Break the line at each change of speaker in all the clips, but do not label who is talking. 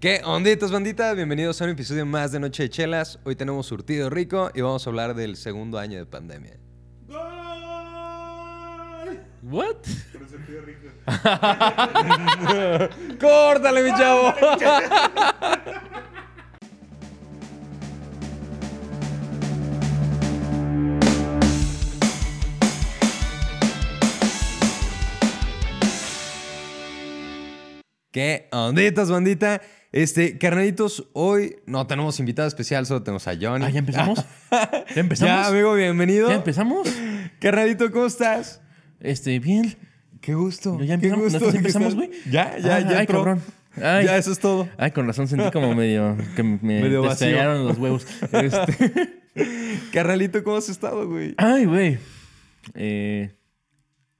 ¿Qué onditas, bandita? Bienvenidos a un episodio más de Noche de Chelas. Hoy tenemos surtido rico y vamos a hablar del segundo año de pandemia.
What?
¡Córtale, mi chavo! ¿Qué onditas, bandita? Este, carnalitos, hoy no tenemos invitado especial, solo tenemos a Johnny.
Ah, ¿ya empezamos? ¿Ya empezamos?
Ya, amigo, bienvenido.
¿Ya empezamos?
Carnalito, ¿cómo estás?
Este, bien.
Qué gusto.
¿Ya
qué
empezamos?
gusto
¿Nosotros
que
empezamos,
estás-
güey?
Ya, ya,
Ah,
ya.
ay,
entró.
cabrón. Ay.
Ya, eso es todo.
Ay, con razón sentí como medio que me
Medio
te
vacío.
estallaron los huevos. Este,
Carnalito, ¿cómo has estado, güey?
ay, güey. Eh,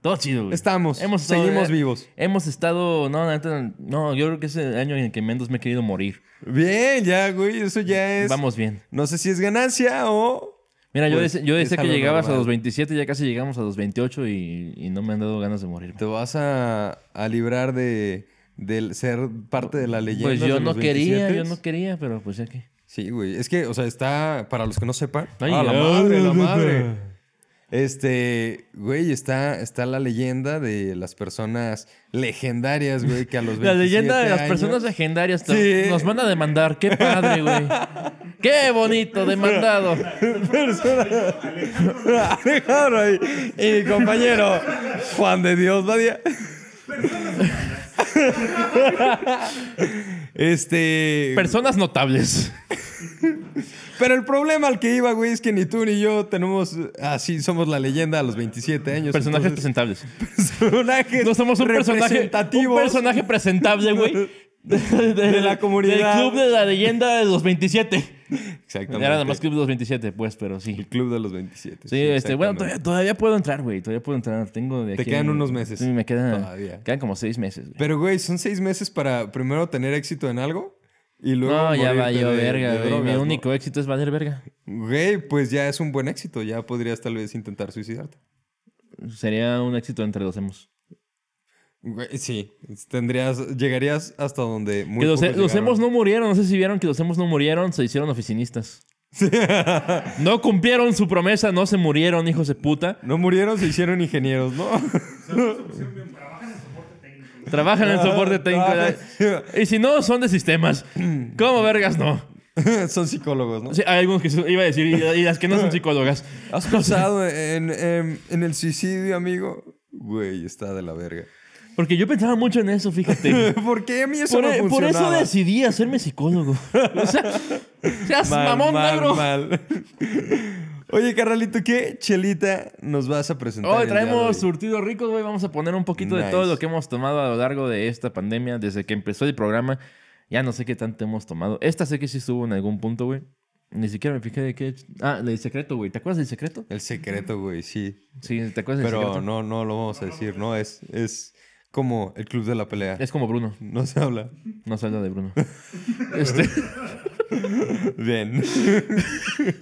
todo chido, güey.
Estamos,
estado- eh,
seguimos vivos.
Hemos estado, no, la neta, no, yo creo que es el año en el que menos me he querido morir.
Bien, ya, güey. Eso ya es.
Vamos bien.
No sé si es ganancia o.
Mira, yo,
Pues,
dese- yo decía
es
que
algo
llegabas a
normal.
los 27, ya casi llegamos a los 28 y, y no me han dado ganas de morir.
Te vas a, a librar de, del ser parte de la leyenda.
Pues yo
de
no
los
quería,
27s.
yo no quería, pero pues ya que.
Sí, güey. Es que, o sea, está. Para los que no sepan.
Ay,
¡Ah, la
ay,
madre, la
ay,
madre.
ay.
Este, güey, está, está la leyenda de las personas legendarias, güey, que a los 27
La leyenda de las
años-
personas legendarias to-
Sí.
nos van a demandar. Qué padre, güey. Qué bonito, demandado.
Alejandro y, y mi compañero Juan de Dios Badía. Este.
Personas notables.
Pero el problema al que iba, güey, es que ni tú ni yo tenemos. Así somos la leyenda a los 27 años. entonces-
Personajes presentables.
personajes
No somos un personaje. Un
representativos.
personaje presentable, güey. De,
De la comunidad.
Del club de la leyenda de los 27.
Exactamente.
Era nada más club de los 27, pues, pero sí.
El club de los 27.
Sí, este, bueno, todavía,
exactamente.
todavía puedo entrar, güey. Todavía puedo entrar. Tengo de
Te
aquí-
quedan unos meses.
Sí, me quedan.
Todavía.
Quedan como seis meses, güey.
Pero, güey, son seis meses para primero tener éxito en algo y luego.
No, ya
morirte
valió
de-
verga,
de
güey.
drogas,
Mi
¿no?
único éxito es valer verga.
Güey, pues ya es un buen éxito. Ya podrías tal vez intentar suicidarte.
Sería un éxito entre los hemos.
Güey, sí. Tendrías, llegarías hasta donde muy
Que los,
pocos
los
llegaron.
hemos no murieron. No sé si vieron que los hemos no murieron. Se hicieron oficinistas. No cumplieron su promesa. No se murieron, hijos de puta.
No murieron, se hicieron ingenieros, ¿no?
Trabajan en soporte técnico.
Ah,
Y si no, son de sistemas. ¿Cómo vergas no?
Son psicólogos, ¿no?
Sí, hay algunos que son- iba a decir. Y y las que no son psicólogas.
¿Has pensado en, en- en el suicidio, amigo? Güey, está de la verga.
Porque yo pensaba mucho en eso, fíjate.
¿Por qué a mí eso
Por, e-
no
por eso
funcionaba?
decidí hacerme psicólogo. O sea, seas
Mal,
mamón
mal,
negro.
mal. Oye, carnalito, ¿qué chelita nos vas a presentar?
Hoy
el día de
traemos surtido rico, güey. Vamos a poner un poquito
Nice.
de todo lo que hemos tomado a lo largo de esta pandemia, desde que empezó el programa. Ya no sé qué tanto hemos tomado. Esta sé que sí estuvo en algún punto, güey. Ni siquiera me fijé de qué. Ah, del secreto, güey. ¿Te acuerdas del secreto?
El secreto, güey, sí.
Sí, ¿te acuerdas del
Pero
secreto?
no, no lo vamos a decir, ¿no? Es, es como el club de la pelea.
Es como Bruno.
No se habla.
No se habla de Bruno. este.
Bien.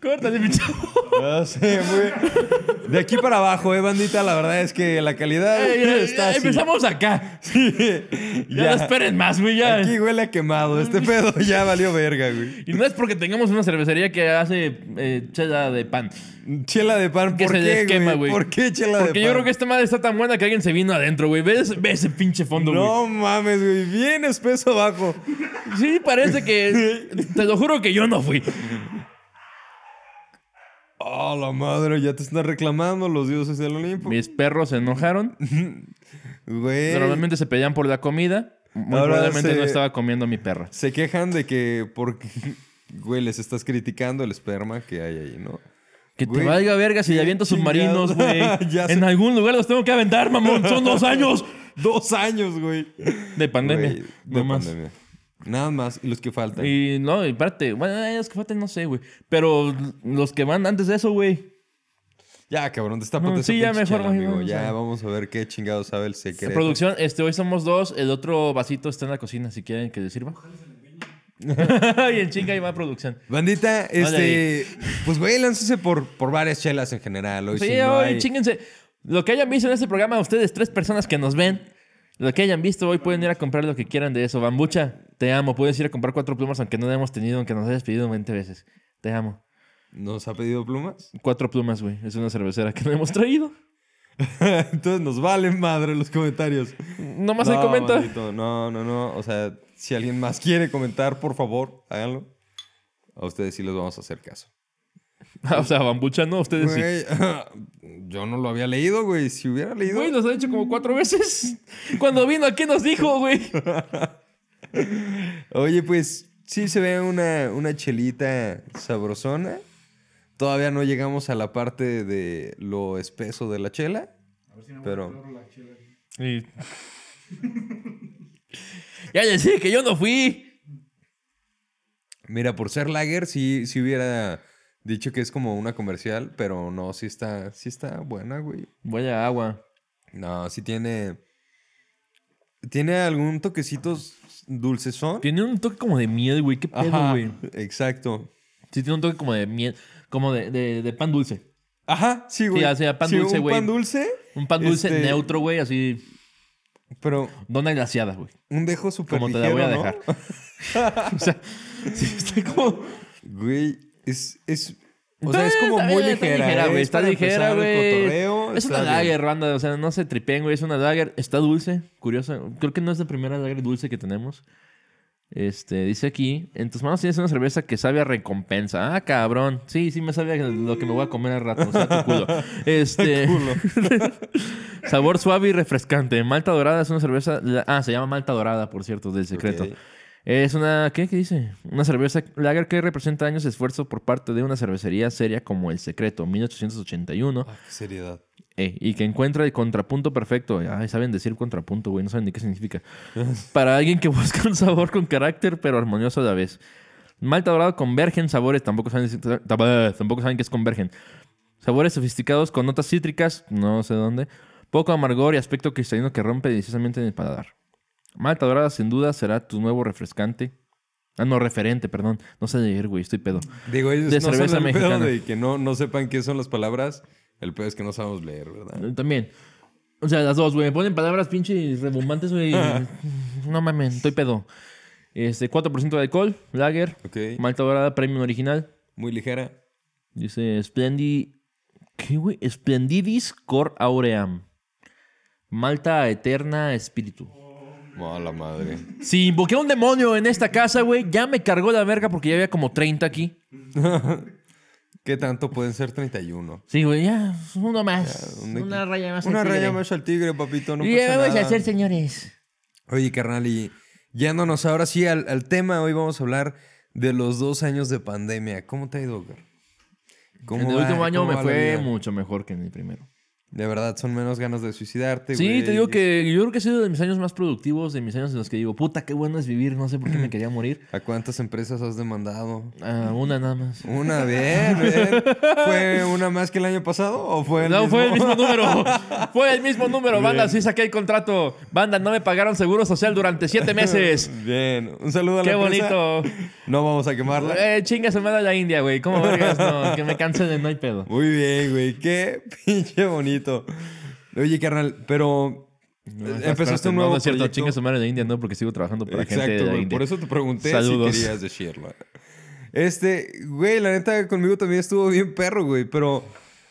Córtale, mi chavo.
No sé, güey. De aquí para abajo, eh, bandita, la verdad es que la calidad
Ey, ey,
está
ey,
así.
empezamos acá.
Sí.
Ya, no
Ya.
esperen más, güey. Ya.
Aquí huele a quemado. Este pedo ya valió verga, güey.
Y no es porque tengamos una cervecería que hace eh, chela de pan.
Chela de pan,
Que
¿por
se
qué,
desquema,
güey?
güey.
¿Por qué chela de pan?
Porque yo creo que esta madre está tan buena que alguien se vino adentro, güey. ¿Ves? Ve ese pinche fondo, güey.
No mames, güey. Bien espeso abajo.
Sí, parece que. Te lo juro que yo no fui.
Oh, la madre, ya te están reclamando los dioses del Olimpo.
Mis perros se enojaron.
Güey.
Normalmente se pelean por la comida. Muy
Ahora
probablemente
se-
no estaba comiendo mi perra.
Se quejan de que porque, güey, les estás criticando el esperma que hay ahí, ¿no?
Que te
Güey,
valga verga si le aviento
chingados.
submarinos, güey.
Ya
En
sé.
algún lugar los tengo que aventar, mamón. Son dos años
Dos años, güey.
de pandemia.
Güey,
no
de
más.
pandemia. Nada más. Y los que faltan.
Y no, y parte. Bueno, eh, los que faltan no sé, güey. Pero los que van antes de eso, güey.
Ya, cabrón, destápate
No,
esa
sí, ya
pinche
mejor,
chela,
güey,
amigo.
vamos
Ya
a-
vamos a ver qué chingado sabe el secreto.
Producción, este, hoy somos dos. El otro vasito está en la cocina, si quieren que les sirva. y en chinga ahí va producción.
Bandita,
Dale
este... Pues, güey, lánzese por, por varias chelas en general. Hoy
Sí,
si no
hoy,
hay-
chínguense. Lo que hayan visto en este programa, ustedes tres personas que nos ven, Lo que hayan visto hoy pueden ir a comprar lo que quieran de eso. Bambucha, te amo. Puedes ir a comprar cuatro plumas aunque no la hayamos tenido, aunque nos hayas pedido 20 veces. Te amo.
¿Nos ha pedido plumas?
Cuatro plumas, güey. Es una cervecera que no hemos traído.
Entonces nos valen madre los comentarios.
Nomás ahí comenta.
maldito, no, no, no. O sea, si alguien más quiere comentar, por favor, háganlo. A ustedes sí les vamos a hacer caso.
o sea, Bambucha no, ustedes sí.
Güey, yo no lo había leído, güey. Si hubiera leído.
Güey, nos ha dicho como cuatro veces. Cuando vino aquí nos dijo, güey.
Oye, pues sí se ve una, una chelita sabrosona. Todavía no llegamos a la parte de lo espeso de la chela. Pero
Y- ya les dije que yo no fui.
mira, por ser lager, sí, sí hubiera dicho que es como una comercial, pero no, sí está, sí está buena, güey.
Vaya agua.
No, sí tiene. Tiene algún toquecito s- dulcezón.
Tiene un toque como de miel, güey. ¿Qué pedo,
Ajá,
güey?
exacto.
Sí, tiene un toque como de miel, como de, de- de pan dulce.
Ajá, sí, güey.
o sea, pan dulce,
un
güey.
pan dulce,
Un pan dulce
Este-
neutro, güey, así.
pero
Dona glaciada, güey.
un dejo súper
Como te la voy a
ligero, ¿no?
dejar. o sea, sí, está como.
Güey, es, es. O sea, es
Está-
como muy
está-
ligera. ¿eh?
Está ligera, güey.
Es
Está
para
ligera,
empezar el
güey.
cotorreo,
Es una
está bien.
lager, banda. O sea, no se tripen, güey. Es una lager. Está dulce. Curiosa. Creo que no es la primera lager dulce que tenemos. Este, dice aquí, en tus manos tienes una cerveza que sabe a recompensa. Ah, cabrón. Sí, sí me sabe a lo que me voy a comer al rato. O sea, tu culo. Este, sabor suave y refrescante. Malta dorada es una cerveza... Ah, se llama malta dorada, por cierto, del secreto.
Ok.
Es una, ¿qué, ¿Qué dice? Una cerveza lager que representa años de esfuerzo por parte de una cervecería seria como El Secreto, 1881,
Ah, qué seriedad.
eh, y que encuentra el contrapunto perfecto. Ay, saben decir contrapunto, güey, no saben ni qué significa. Para alguien que busca un sabor con carácter, pero armonioso a la vez. Malta dorado convergen sabores, tampoco saben, tab- tampoco saben qué es convergen. Sabores sofisticados con notas cítricas, no sé dónde, poco amargor y aspecto cristalino que rompe deliciosamente en el paladar. Malta dorada sin duda será tu nuevo refrescante. Ah, no, referente, perdón. No sé leer, güey, estoy pedo.
Digo, ellos
De
no
cerveza
saben el pedo
mexicana.
de que no, no sepan qué son las palabras. El pedo es que no sabemos leer, ¿verdad?
También. O sea, las dos, güey. Me ponen palabras pinches rebombantes, güey. no mames, estoy pedo. Este, 4% de alcohol, lager,
Ok.
malta dorada, premium original.
Muy ligera.
Dice Splendid. ¿Qué, güey? Splendidis Cor Auream. Malta Eterna Espíritu.
Mala madre.
Si invoqué a un demonio en esta casa, güey, ya me cargó la verga porque ya había como 30 aquí.
¿Qué tanto pueden ser 31?
Sí, güey, ya, uno más.
¿Dónde-
una raya más. al
Una
tigre.
raya más al tigre, papito. No
y
pasa
ya vamos
nada.
a hacer, señores.
Oye, carnal, y yéndonos ahora sí al, al tema, hoy vamos a hablar de los dos años de pandemia. ¿Cómo te ha ido, Gar? ¿Cómo
en el
va-
último año
cómo
me
va la
fue
vida?
mucho mejor que en el primero.
De verdad, son menos ganas de suicidarte,
Sí,
güey.
te digo que yo creo que ha sido de mis años más productivos, de mis años en los que digo, puta, qué bueno es vivir, no sé por qué me quería morir.
¿A cuántas empresas has demandado?
Ah, una nada más.
Una, bien, bien. ¿Fue una más que el año pasado o fue el
No,
mismo?
fue el mismo número. Fue el mismo número, banda. Sí saqué el contrato. Banda, no me pagaron seguro social durante siete meses.
Bien, un saludo a la
Qué
empresa.
bonito.
No vamos a quemarla.
Eh, chinga su madre la India, güey. ¿Cómo vergas? No, que me cancelen, no hay pedo.
Muy bien, güey. Qué pinche bonito. Oye, carnal, pero eh,
No,
empezaste
espérate,
un nuevo
No, no es cierto,
proyecto.
chinga su madre la India, no, porque sigo trabajando para gente de
Exacto,
la
güey.
India.
Por eso te pregunté
Saludos.
si querías decirlo. Este, güey, la neta conmigo también estuvo bien perro, güey. Pero,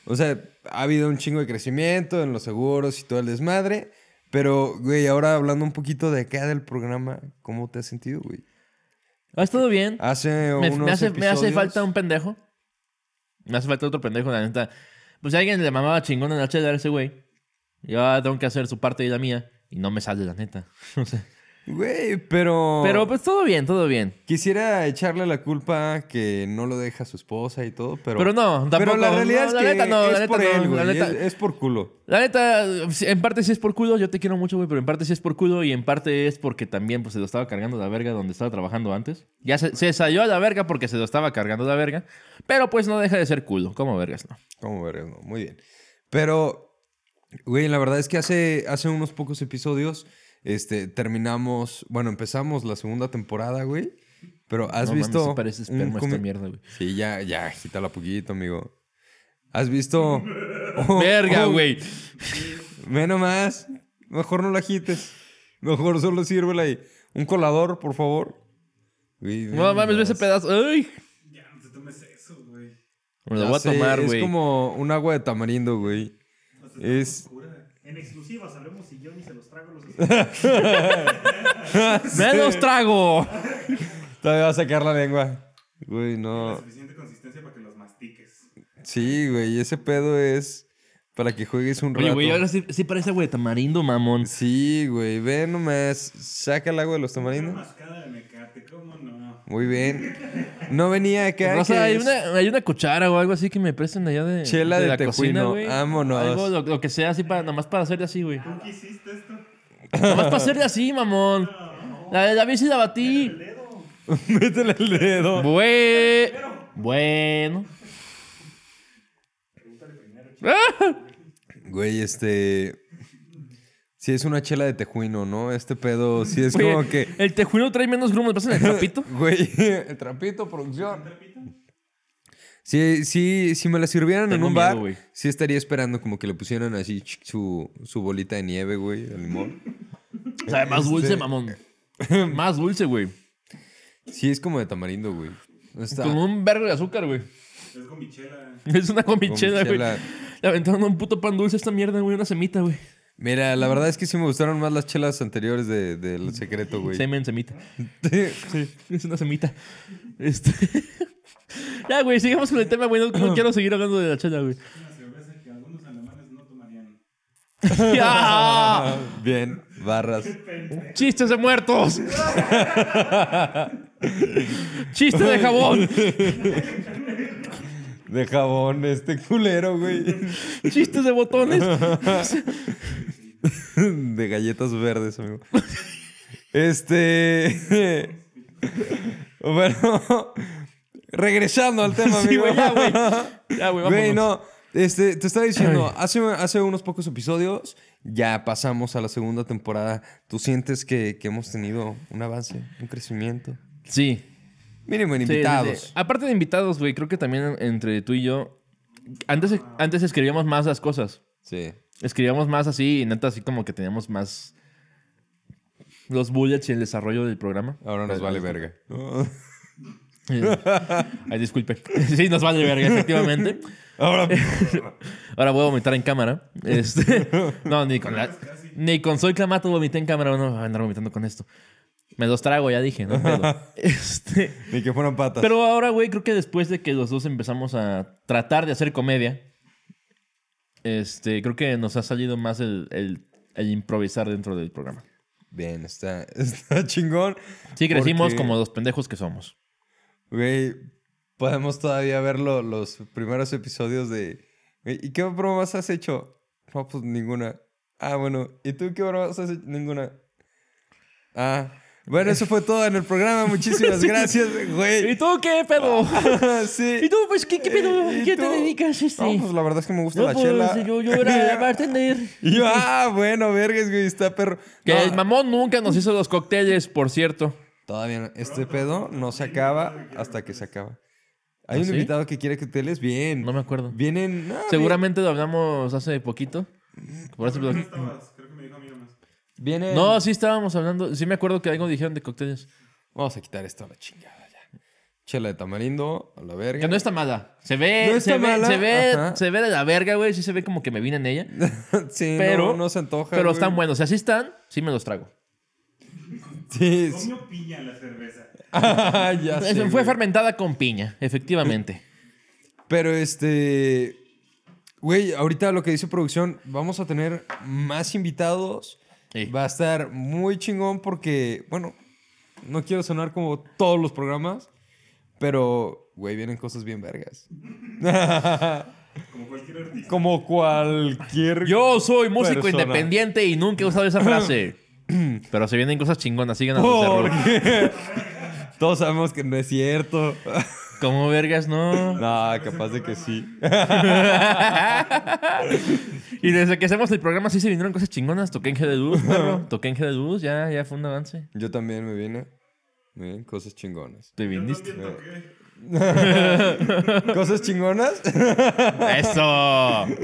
o sea, ha habido un chingo de crecimiento en los seguros y todo el desmadre. Pero, güey, ahora hablando un poquito de acá del programa, ¿cómo te has sentido, güey?
¿Ha estado Ah, bien?
Hace
me,
unos
me hace, me hace
episodios-
falta un pendejo. Me hace falta otro pendejo, la neta. Pues si alguien le mamaba chingón en HDR a ese güey. Yo ahora tengo que hacer su parte y la mía. Y no me sale, la neta. O sea,
Güey, pero...
Pero pues todo bien, todo bien.
Quisiera echarle la culpa que no lo deja su esposa y todo, pero...
Pero no,
Pero
tampoco.
la realidad
No,
es
la
que
neta no,
es
la neta
por
no,
él,
la
güey.
neta-
es, es por culo.
La neta, en parte sí es por culo, yo te quiero mucho, güey, pero en parte sí es por culo y en parte es porque también pues, se lo estaba cargando la verga donde estaba trabajando antes. Ya se, se salió a la verga porque se lo estaba cargando la verga, pero pues no deja de ser culo, como vergas, ¿no?
Como vergas, no. Muy bien. Pero, güey, la verdad es que hace, hace unos pocos episodios este, terminamos... Bueno, empezamos la segunda temporada, güey. Pero has
No mames,
visto...
sí parece
un
esperma esta
comi-
mierda, güey.
Sí, ya, ya, quítala poquito, amigo. ¿Has visto...?
Verga,
Oh,
güey.
Ve nomás. Mejor no la agites. Mejor solo sírvela ahí. Un colador, por favor. Güey,
No
güey,
mames, ve ese pedazo. ¡Ay!
Ya no te tomes eso, güey.
Me lo
Ya
voy a
sé,
tomar, güey.
Es como un agua de tamarindo, güey.
O sea, está
Es-
oscura. En exclusiva sabremos si yo ni se los trago los asesinos.
¡Me los trago!
Todavía va a sacar la lengua. Güey,
La
no.
suficiente consistencia para que los mastiques.
Sí, güey, ese pedo es para que juegues un
Oye,
rato.
güey, ahora sí, sí parece güey tamarindo, mamón.
Sí, güey, ve nomás. Saca el agua de los
Una
tamarindos.
mascada de mecate, ¿cómo no?
Muy bien. No venía acá.
O
que
sea, hay
es-
una, hay una cuchara o algo así que me presten allá de,
Chela de
la cocina,
tejuino,
güey.
vámonos.
Algo, lo, lo que sea, así para, nada más para hacerle así, güey.
¿Tú qué hiciste esto?
Nada más para hacerle así, mamón. La de David sí la batí.
Dedo.
Métele el dedo.
Bue- Bueno. Ah,
Güey, este. Sí, es una chela de tejuino, ¿no? Este pedo, sí es
güey,
como que.
El tejuino trae menos grumos. ¿Pasan el trapito?
Güey, el trampito, producción. Sí, sí, si me la sirvieran en
Tengo
un
miedo,
bar,
güey.
sí estaría esperando como que le pusieran así ch- su, su bolita de nieve, güey, de limón.
Sabe más dulce,
Este-
mamón. Más dulce, güey.
Sí, es como de tamarindo, güey. No Está.
Con un vergo de azúcar, güey.
Es gomichela.
Es una gomichela, güey.
Gomichela.
Le aventaron un puto pan dulce a esta mierda, güey. Una semita, güey.
Mira, la verdad es que sí me gustaron más las chelas anteriores de- del secreto, güey.
Semen, semita. Sí, es una semita. Este. ya, güey, sigamos con el tema, güey. No, no quiero seguir hablando de la chela, güey.
Es una cerveza que algunos alemanes no tomarían.
¡Ah!
Bien, barras.
¡Chistes de muertos! ¡Chiste de jabón!
De jabón, este culero, güey.
¡Chistes de botones!
De galletas verdes, amigo. Este. bueno. Regresando al tema,
Sí,
amigo.
güey, ya, güey. Ya, güey,
Güey,
vámonos.
no. Este, te estaba diciendo, hace, hace unos pocos episodios ya pasamos a la segunda temporada. ¿Tú sientes que, que hemos tenido un avance, un crecimiento?
Sí.
Mínimo en
sí, sí,
invitados.
sí. Aparte de invitados, güey, creo que también entre tú y yo. Antes, antes escribíamos más las cosas.
Sí.
Escribíamos más así, y neta, así como que teníamos más. Los bullets y el desarrollo del programa. Eh,
Ahora nos vale verga.
Ay, disculpe. Sí, nos vale verga, efectivamente.
Ahora.
Ahora voy a vomitar en cámara. Este, no, ni con la- ni con soy clamato vomité en cámara. No, voy a andar vomitando con esto. Me los trago, ya dije. No pedo. Este,
Ni que fueran patas.
pero ahora, güey, creo que después de que los dos empezamos a tratar de hacer comedia, este, creo que nos ha salido más el, el- el improvisar dentro del programa.
Bien, está, está chingón.
Sí, crecimos
Porque-
como los pendejos que somos.
Güey, podemos todavía ver lo- los primeros episodios de... Güey, ¿Y qué bromas has hecho? No, pues ninguna. Ah, bueno. ¿Y tú qué bromas has hecho? Ninguna. Ah. Bueno, eso fue todo en el programa. Muchísimas gracias,
¿Y
güey.
tú qué pedo? ¿Y
sí. Eh,
tú, pues, qué, qué pedo?
¿Y
¿Qué te
ah, tú?
dedicas? Este?
No, pues la verdad es que me gusta
No,
la
pues,
chela.
yo, yo era bartender.
Y yo, ah, bueno, vergas, güey, está perro.
Que
No,
el mamón nunca nos hizo los cócteles, por cierto.
Todavía no. Este pedo no se acaba hasta que se acaba. Hay
¿Ah,
un
sí?
invitado que quiere que teles bien.
No me acuerdo.
Vienen. ah, no,
Seguramente lo hablamos hace poquito. Por eso-
No estabas, creo que me dijo a mí nomás.
vi- Vienen.
no, sí estábamos hablando. Sí me acuerdo que algo dijeron de cócteles.
Vamos a quitar esto a la chingada ya. Chela de tamarindo, a la verga.
Que no está mala. Se ve,
No está
se, ve
mala,
se ve,
ajá.
se ve de la verga, güey. Sí se ve como que me vine en ella.
sí,
Pero,
no, no se antoja.
pero
güey.
están buenos. Si así están, sí me los trago.
Sí, sí.
Comió piña la cerveza.
Ah, ya sé,
Fue
güey.
fermentada con piña, efectivamente.
Pero este. Güey, ahorita lo que dice producción, vamos a tener más invitados.
Sí.
Va a estar muy chingón porque, bueno, no quiero sonar como todos los programas, pero, güey, vienen cosas bien vergas.
Como cualquier artista.
Como cualquier.
Yo soy músico
Persona.
independiente y nunca he usado esa frase. pero se vienen cosas
Ah,
chingonas. Sigan a
Porque todos sabemos que no es cierto.
Como vergas, no.
No, capaz de que sí.
y desde que hacemos el programa sí se vinieron cosas chingonas. Toqué en G de Luz, perro. Toqué en G de Luz, ya, ya fue un avance.
Yo también me vine. Miren, cosas chingonas.
Te viniste.
Siento que
¿Cosas chingonas?
¡Eso!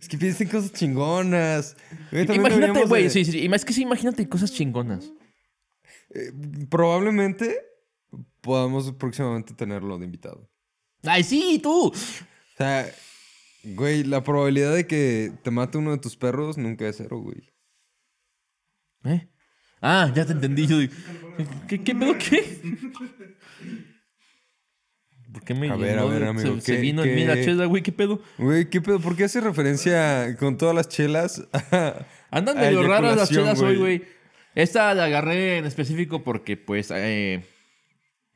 Es que piensen cosas chingonas. Güey, también
imagínate,
deberíamos
güey.
de-
Sí, sí, sí, Es que sí, imagínate cosas chingonas.
eh, probablemente podamos próximamente tenerlo de invitado.
¡Ay, sí, tú!
O sea, güey, la probabilidad de que te mate uno de tus perros nunca es cero, güey.
¿Eh? Ah, ya te entendí. Yo digo, ¿qué, qué pedo qué? ¿Por qué me
A ver,
llenó
a ver,
de-
amigo,
se, se
¿qué-
vino en
qué-
mí la chela, güey, ¿qué pedo?
Güey, ¿qué pedo? ¿Por qué hace referencia con todas las chelas? a-
Andan
a
medio raras las
eyaculación,
chelas hoy, güey. Esta la agarré en específico porque, pues, eh,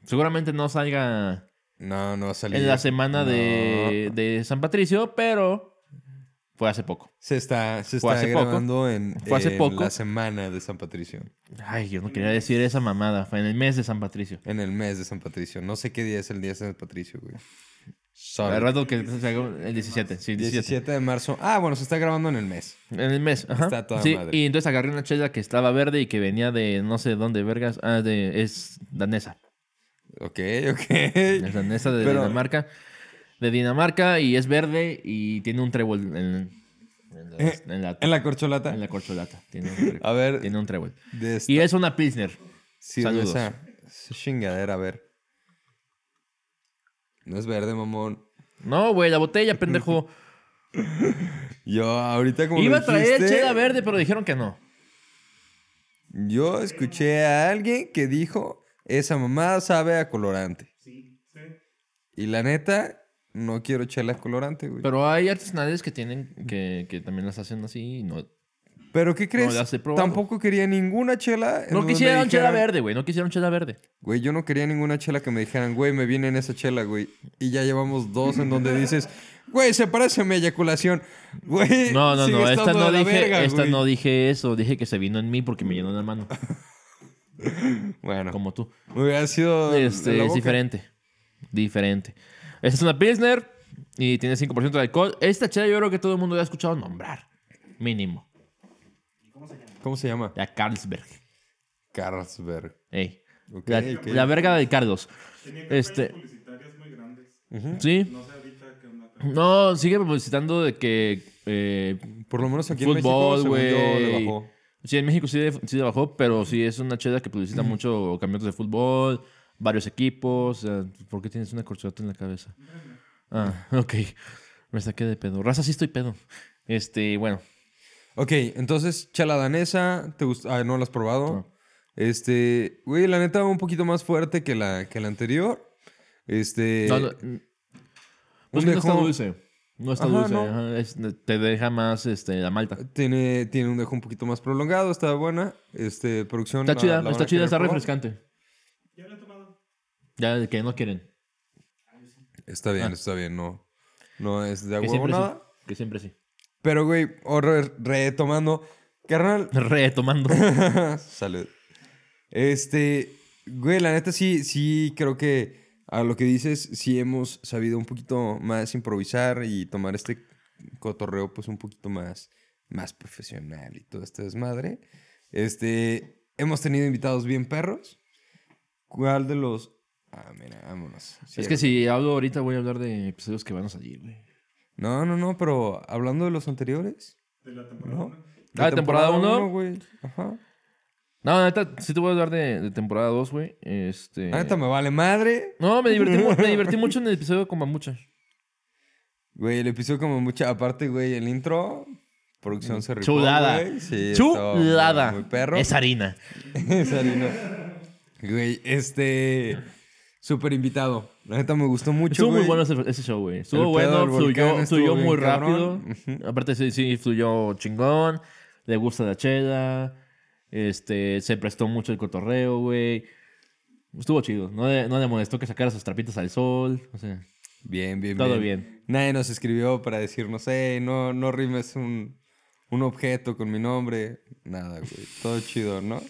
seguramente no salga
No, no va a salir.
en la semana de, de San Patricio, pero fue hace poco.
Se está, se
Fue
está
hace poco.
grabando en,
Fue hace
en
poco.
la semana de San Patricio.
Ay, yo no quería decir esa mamada. Fue en el mes de San Patricio.
En el mes de San Patricio. No sé qué día es el día de San Patricio, güey. Sorry.
El rato que se haga el 17, sí, el 17.
17 de marzo. Ah, bueno, se está grabando en el mes.
En el mes, ajá.
Está toda
sí,
madre.
y entonces agarré una chela que estaba verde y que venía de no sé dónde, vergas. Ah, de, es danesa.
Ok,
Es
ok.
danesa de
Pero-
Dinamarca. De Dinamarca y es verde y tiene un trébol en, en la, en la-
Eh, ¿En la corcholata?
en la corcholata. Tiene un trébol.
A ver.
Tiene un trébol.
De esta-
Y es una Pilsner.
Sí, de
Saludos.
esa, esa chingadera, a ver. No es verde, mamón.
No, güey, la botella, pendejo.
Yo ahorita como lo
Iba a traer
dijiste,
chela verde, pero dijeron que no.
Yo escuché a alguien que dijo, esa mamada sabe a colorante.
Sí, sí.
Y la neta, no quiero chela colorante, güey. Pero,
Pero hay artesanales que tienen, que, que también las hacen así y no.
¿qué crees?
las he probado.
Tampoco quería ninguna chela. en
No
donde me
quisieron chela
dijeran-
verde, güey. No quisieron chela verde.
Güey, yo no quería ninguna chela que me dijeran, güey, me viene en esa chela, güey. Y ya llevamos dos en donde dices, güey, se parece a mi eyaculación. Güey,
No, no,
sigue
no, esta
estando
no
de la
dije,
verga,
esta
güey.
no dije eso, dije que se vino en mí porque me llenó la mano,
Bueno,
como tú.
me hubiera sido. de
Este,
la
es
boca.
diferente. Diferente. Esta es una Pilsner y tiene 5% de alcohol. Esta chela yo creo que todo el mundo ya ha escuchado nombrar. Mínimo.
¿Cómo se llama?
La Carlsberg.
Carlsberg.
Ey.
Ok,
La,
ok.
la verga de Carlos.
Tenía campañas
Este-
publicitarias muy grandes.
Sí.
No sé ahorita qué onda. pero-
No, sigue publicitando de que eh,
Por lo menos aquí
fútbol,
en México, según yo, le
güey.
bajó.
Sí, en México sí, de- sí le bajó, pero sí es una cheda que publicita mucho campeonatos de fútbol, varios equipos. eh, ¿Por qué tienes una corcholata en la cabeza? Ah, ok. Me saqué de pedo. Raza, sí estoy pedo. Este, bueno.
Ok, entonces, chela danesa, ¿te gusta? Ah, no la has probado.
No.
Este, güey, la neta un poquito más fuerte que la, que la anterior. Este.
no, no, pues
un
que no está
dejo-
dulce. No está
Ajá,
dulce.
no.
ajá, es- te deja más este, la malta.
Tiene, tiene un dejo un poquito más prolongado, está buena. Este, producción.
Está
la-
chida,
la van
está
a
chida,
querer
está
probar.
refrescante.
Ya lo he tomado.
Ya de que no quieren.
Está bien, está bien, no. No es de
Ah. Que
agua
siempre, sí,
nada.
que siempre sí.
Pero, güey, o re- retomando. Carnal,
Retomando.
Salud. Este, güey, la neta sí, sí creo que a lo que dices, sí hemos sabido un poquito más improvisar y tomar este cotorreo pues un poquito más, más profesional y todo este desmadre. Este, hemos tenido invitados bien perros. ¿Cuál de los...? Ah, mira, vámonos.
es que
sí.
si hablo ahorita voy a hablar de episodios que van a salir, güey.
No, no, no, pero hablando de los anteriores,
De la temporada.
¿no?
uno.
De
Ah, temporada uno.
uno, güey. Ajá.
No, la neta, sí te voy a hablar de, de temporada 2, güey. Este...
La Ah, neta me vale madre.
No, me divertí, mu- me divertí mucho en el episodio con Mamucha.
Güey, el episodio como mucha... Aparte, güey, el intro... Producción se rifó,
Chulada.
güey. Sí, estuvo muy-
Chulada.
Muy perro.
Es harina.
Sarino. Güey, este... Súper invitado. La neta me gustó mucho,
Estuvo muy
güey.
bueno ese, ese show, güey. Estuvo
El pedo
bueno,
del volcán
fluyó,
estuvo
fluyó
bien
muy rápido.
cabrón.
Aparte, sí, sí, fluyó chingón. Le gusta la chela. Este, se prestó mucho el cotorreo, güey. Estuvo chido. No le, no le molestó que sacara sus trapitos al sol. O sea,
Bien, bien,
Todo
Nadie nos escribió para decirnos, hey, no, no rimes un, un objeto con mi nombre. Nada, güey. Todo chido, ¿no?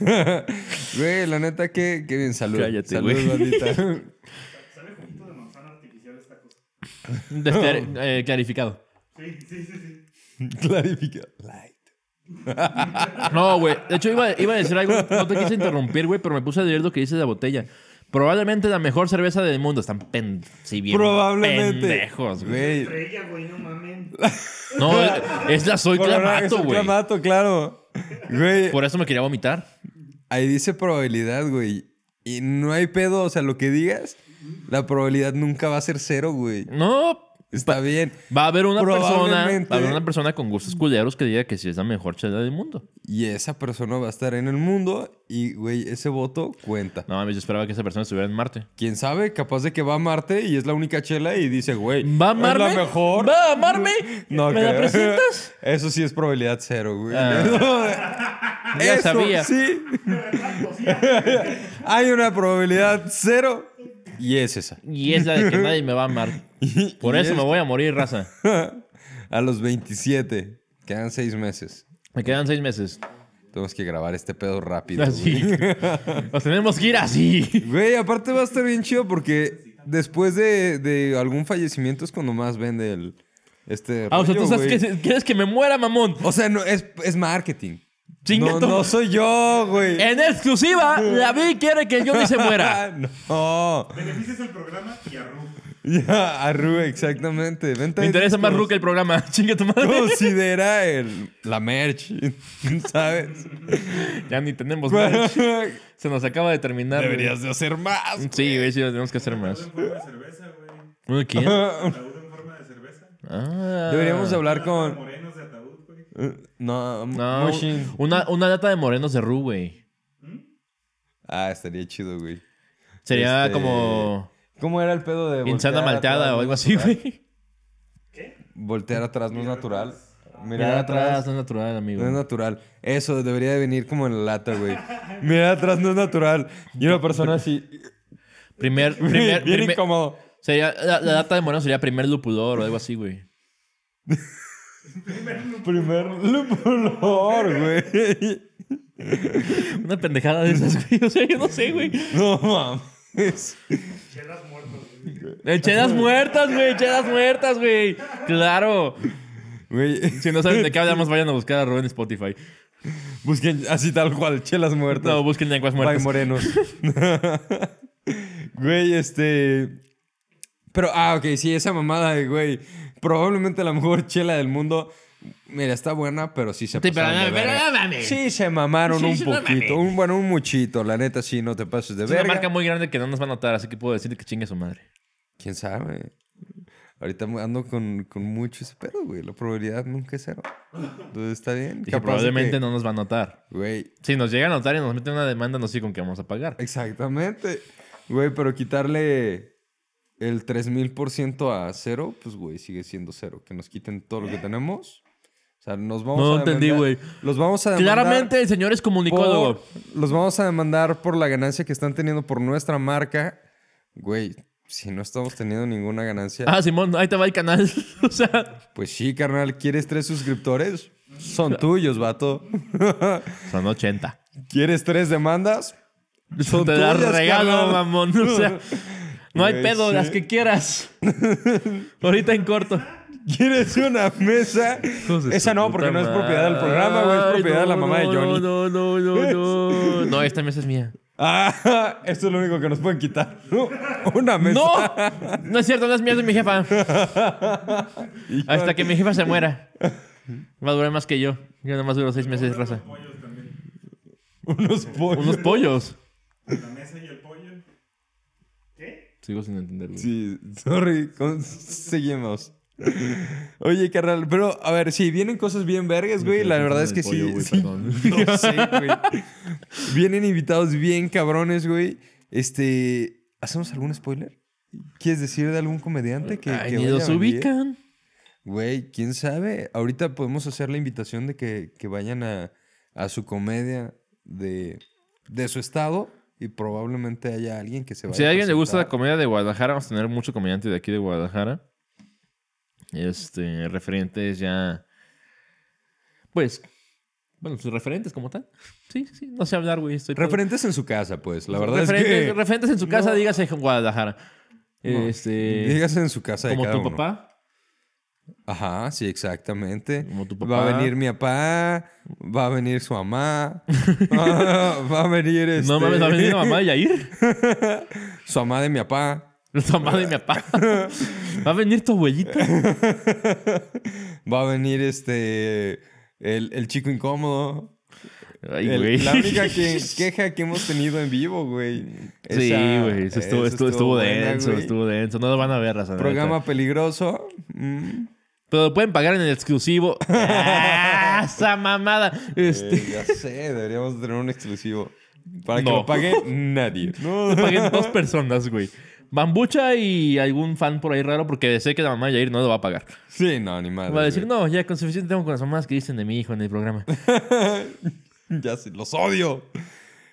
güey, la neta, qué, qué bien. Salud.
Cállate,
Salud,
güey.
bandita.
Sale poquito de manzana artificial esta cosa.
desclar- eh, clarificado.
Sí, sí, sí, sí.
Clarificado. Light.
No, güey. De hecho, iba, iba a decir algo. No te quise interrumpir, güey, pero me puse a leer lo que dice la botella. Probablemente la mejor cerveza del mundo. Están pen... sí, bien
Probablemente.
pendejos, güey.
Güey.
Estrella, güey, no mamen.
No, es la soy
Colorado, es
clamato,
un
güey.
Clamato, claro. Güey,
Por eso me quería vomitar.
ahí dice probabilidad, güey. Y no hay pedo, o sea, lo que digas, la probabilidad nunca va a ser cero, güey.
No,
Está bien.
Va a haber una persona,
Probablemente.
va a haber una persona con gustos culeros que diga que sí es la mejor chela del mundo.
Y esa persona va a estar en el mundo y, güey, ese voto cuenta.
No mames, yo esperaba que esa persona estuviera en Marte.
Quién sabe, capaz de que va a Marte y es la única chela y dice, güey,
¿Va a amarme?
es la mejor.
¿Va a amarme? ¿Me la
creo.
presentas?
Eso sí es probabilidad cero, güey.
Ah. Ya
Eso
sabía.
Sí. Hay una probabilidad cero y es esa.
Y es la de que nadie me va a amar. Por
y
eso
es-
me voy a morir, raza.
A los 27. Quedan seis meses.
Me quedan seis meses.
Tenemos que grabar este pedo rápido.
Así. Nos tenemos que ir así.
Güey, Güey, aparte va a estar bien chido porque después de, de algún fallecimiento es cuando más vende el, este
Ah, o sea,
rollo,
tú sabes
güey.
que se- quieres que me muera, mamón.
O sea, no, es, es marketing.
Chinga
no,
tu-
no soy yo, güey.
En exclusiva, la Vi quiere que yo ni se muera.
no.
Beneficias el programa y a Ru.
Ya, arruga, exactamente. Venta
Me
de
interesa más
discos.
Ru que el programa. Chinga tu madre.
Considera el, la merch, ¿sabes?
Ya ni tenemos más. Se nos acaba de terminar. güey.
Deberías de hacer más.
Sí, güey, sí, lo tenemos que hacer
Todo
más.
en forma de cerveza, güey.
¿Uno quién?
Ataúd en forma de cerveza.
Ah.
Deberíamos de hablar con...
Morenos de ataúd, güey.
No,
No,
Mushin.
una, una lata de morenos de Ru, güey.
Ah, estaría chido, güey.
Sería
Este,
como
¿Cómo era el pedo de
insana
voltear atrás,
malteada o algo así, güey.
¿Qué?
Voltear atrás no es natural. Mirar
Mirar
atrás
atrás no es natural, amigo.
no es natural. Eso debería de venir como en la lata, güey. Mirar atrás no es natural. Y una persona así...
Primer,
bien
primer, primer-
incómodo.
sería, la, la lata de morenos sería primer lupulor o algo así, güey.
Primer lupulor, güey.
Una pendejada de esas, güey. O sea, yo no sé, güey.
No mames.
Chelas muertos, güey.
Eh, Chelas muertas, güey. Chelas muertas, güey. Claro.
Güey,
Si no saben de qué hablamos, vayan a buscar a Rubén en Spotify.
busquen así tal cual, chelas muertas.
No, busquen lenguas
Bye,
muertas.
morenos. güey, este. Pero, ah, ok, sí, esa mamada de, güey. Probablemente la mejor chela del mundo. Mira, está buena, pero sí se
Sí, pero
pasaron de
no- pero
verga.
no mames.
Sí, se mamaron
Sí,
un
sí, no
poquito. un, bueno, un muchito, la neta, sí, no te pases de
Es una
verga.
marca muy grande que no nos va a notar, así que puedo decir que chingue su madre.
¿Quién sabe? Ahorita ando con, con mucho ese pedo, güey. La probabilidad nunca es cero. Entonces está bien.
Dije,
Capaz de
probablemente
que-
no nos va a notar.
Güey,
Si nos llega a notar y nos meten una demanda, no sé con qué vamos a pagar.
Exactamente. Güey, pero quitarle el 3000% a cero, pues, güey, sigue siendo cero. Que nos quiten todo lo que tenemos. O sea, nos vamos
No
a
entendí,
demandar-
güey.
Los vamos a demandar.
Claramente el señor es comunicólogo.
por- los vamos a demandar por la ganancia que están teniendo por nuestra marca. Güey, si no estamos teniendo ninguna ganancia.
Ah, Simón, ahí te va el canal. o sea,
Pues sí, carnal, ¿quieres tres suscriptores? Son tuyos, vato.
son 80.
¿Quieres tres demandas? Son
te las
tuyas,
regalo,
carnal.
mamón. O sea, no hay
Güey,
pedo,
sí.
las que quieras. Ahorita en corto.
¿Quieres una mesa?
Hijos de
Esa
su
no,
puta
porque no es propiedad del programa, güey. Es
madre.
propiedad de la
No,
mamá de
no,
Johnny.
No, no, no, no. No, esta mesa es mía.
Ah, esto es lo único que nos pueden quitar. ¿no? Una mesa.
¡No! No es cierto, no es mía, es de mi jefa. Hasta que mi jefa se muera. Va a durar más que yo. Yo nada más duro seis meses,
Ah.
raza.
Pollos también.
Unos pollos.
Unos pollos.
La mesa y el pollo. ¿Qué?
Sigo sin entenderlo.
Sí, sorry. con- Seguimos. Oye, carnal, pero a ver, sí, vienen cosas bien vergas, güey. La verdad es que sí. sí. No sé, güey. Vienen invitados bien cabrones, güey. Este. ¿Hacemos algún spoiler? ¿Quieres decir de algún comediante que,
Ay,
que
ni
vaya a
los
venir?
ubican.
Güey, quién sabe. Ahorita podemos hacer la invitación de que, que vayan a, a su comedia de, de su estado y probablemente haya alguien que se vaya.
Si a alguien le gusta la
presentar.
comedia de Guadalajara, vamos a tener mucho comediante de aquí de Guadalajara. Este, referentes ya. Pues. Bueno, sus referentes como tal. Sí, sí, sí. No sé hablar, güey. Estoy todo-
Referentes en su casa, pues. La verdad
referentes,
es que.
referentes en su casa,
No.
dígase en Guadalajara. Este.
Dígase en su casa de
como
cada
tu
uno.
papá.
Ajá, sí, exactamente.
Como tu
Va a
papá.
venir mi papá, va a venir su mamá, va, va a venir este...
No mames, va a venir la mamá de Yair.
Su mamá de mi papá,
La mamá de mi papá. Va a venir tu abuelita.
va a venir este... El, el chico incómodo.
Ay,
El-
güey.
la única que- queja que hemos tenido en vivo, güey.
Sí,
Esa-
güey. Eso estuvo,
esa
estuvo, estuvo
buena,
denso,
güey.
estuvo denso. No lo van a ver, raza. la neta.
Programa peligroso. Mm.
Pero lo pueden pagar en el exclusivo. ¡Ah, esa mamada! Este,
Eh, ya sé, deberíamos tener un exclusivo. Para que
No.
lo pague nadie. No.
lo paguen dos personas, güey. Bambucha y algún fan por ahí raro porque sé que la mamá de Jair no lo va a pagar.
Sí, no, ni madre.
Va a decir, no, ya con suficiente tengo con las mamás que dicen de mi hijo en el programa.
Ya sé, los odio.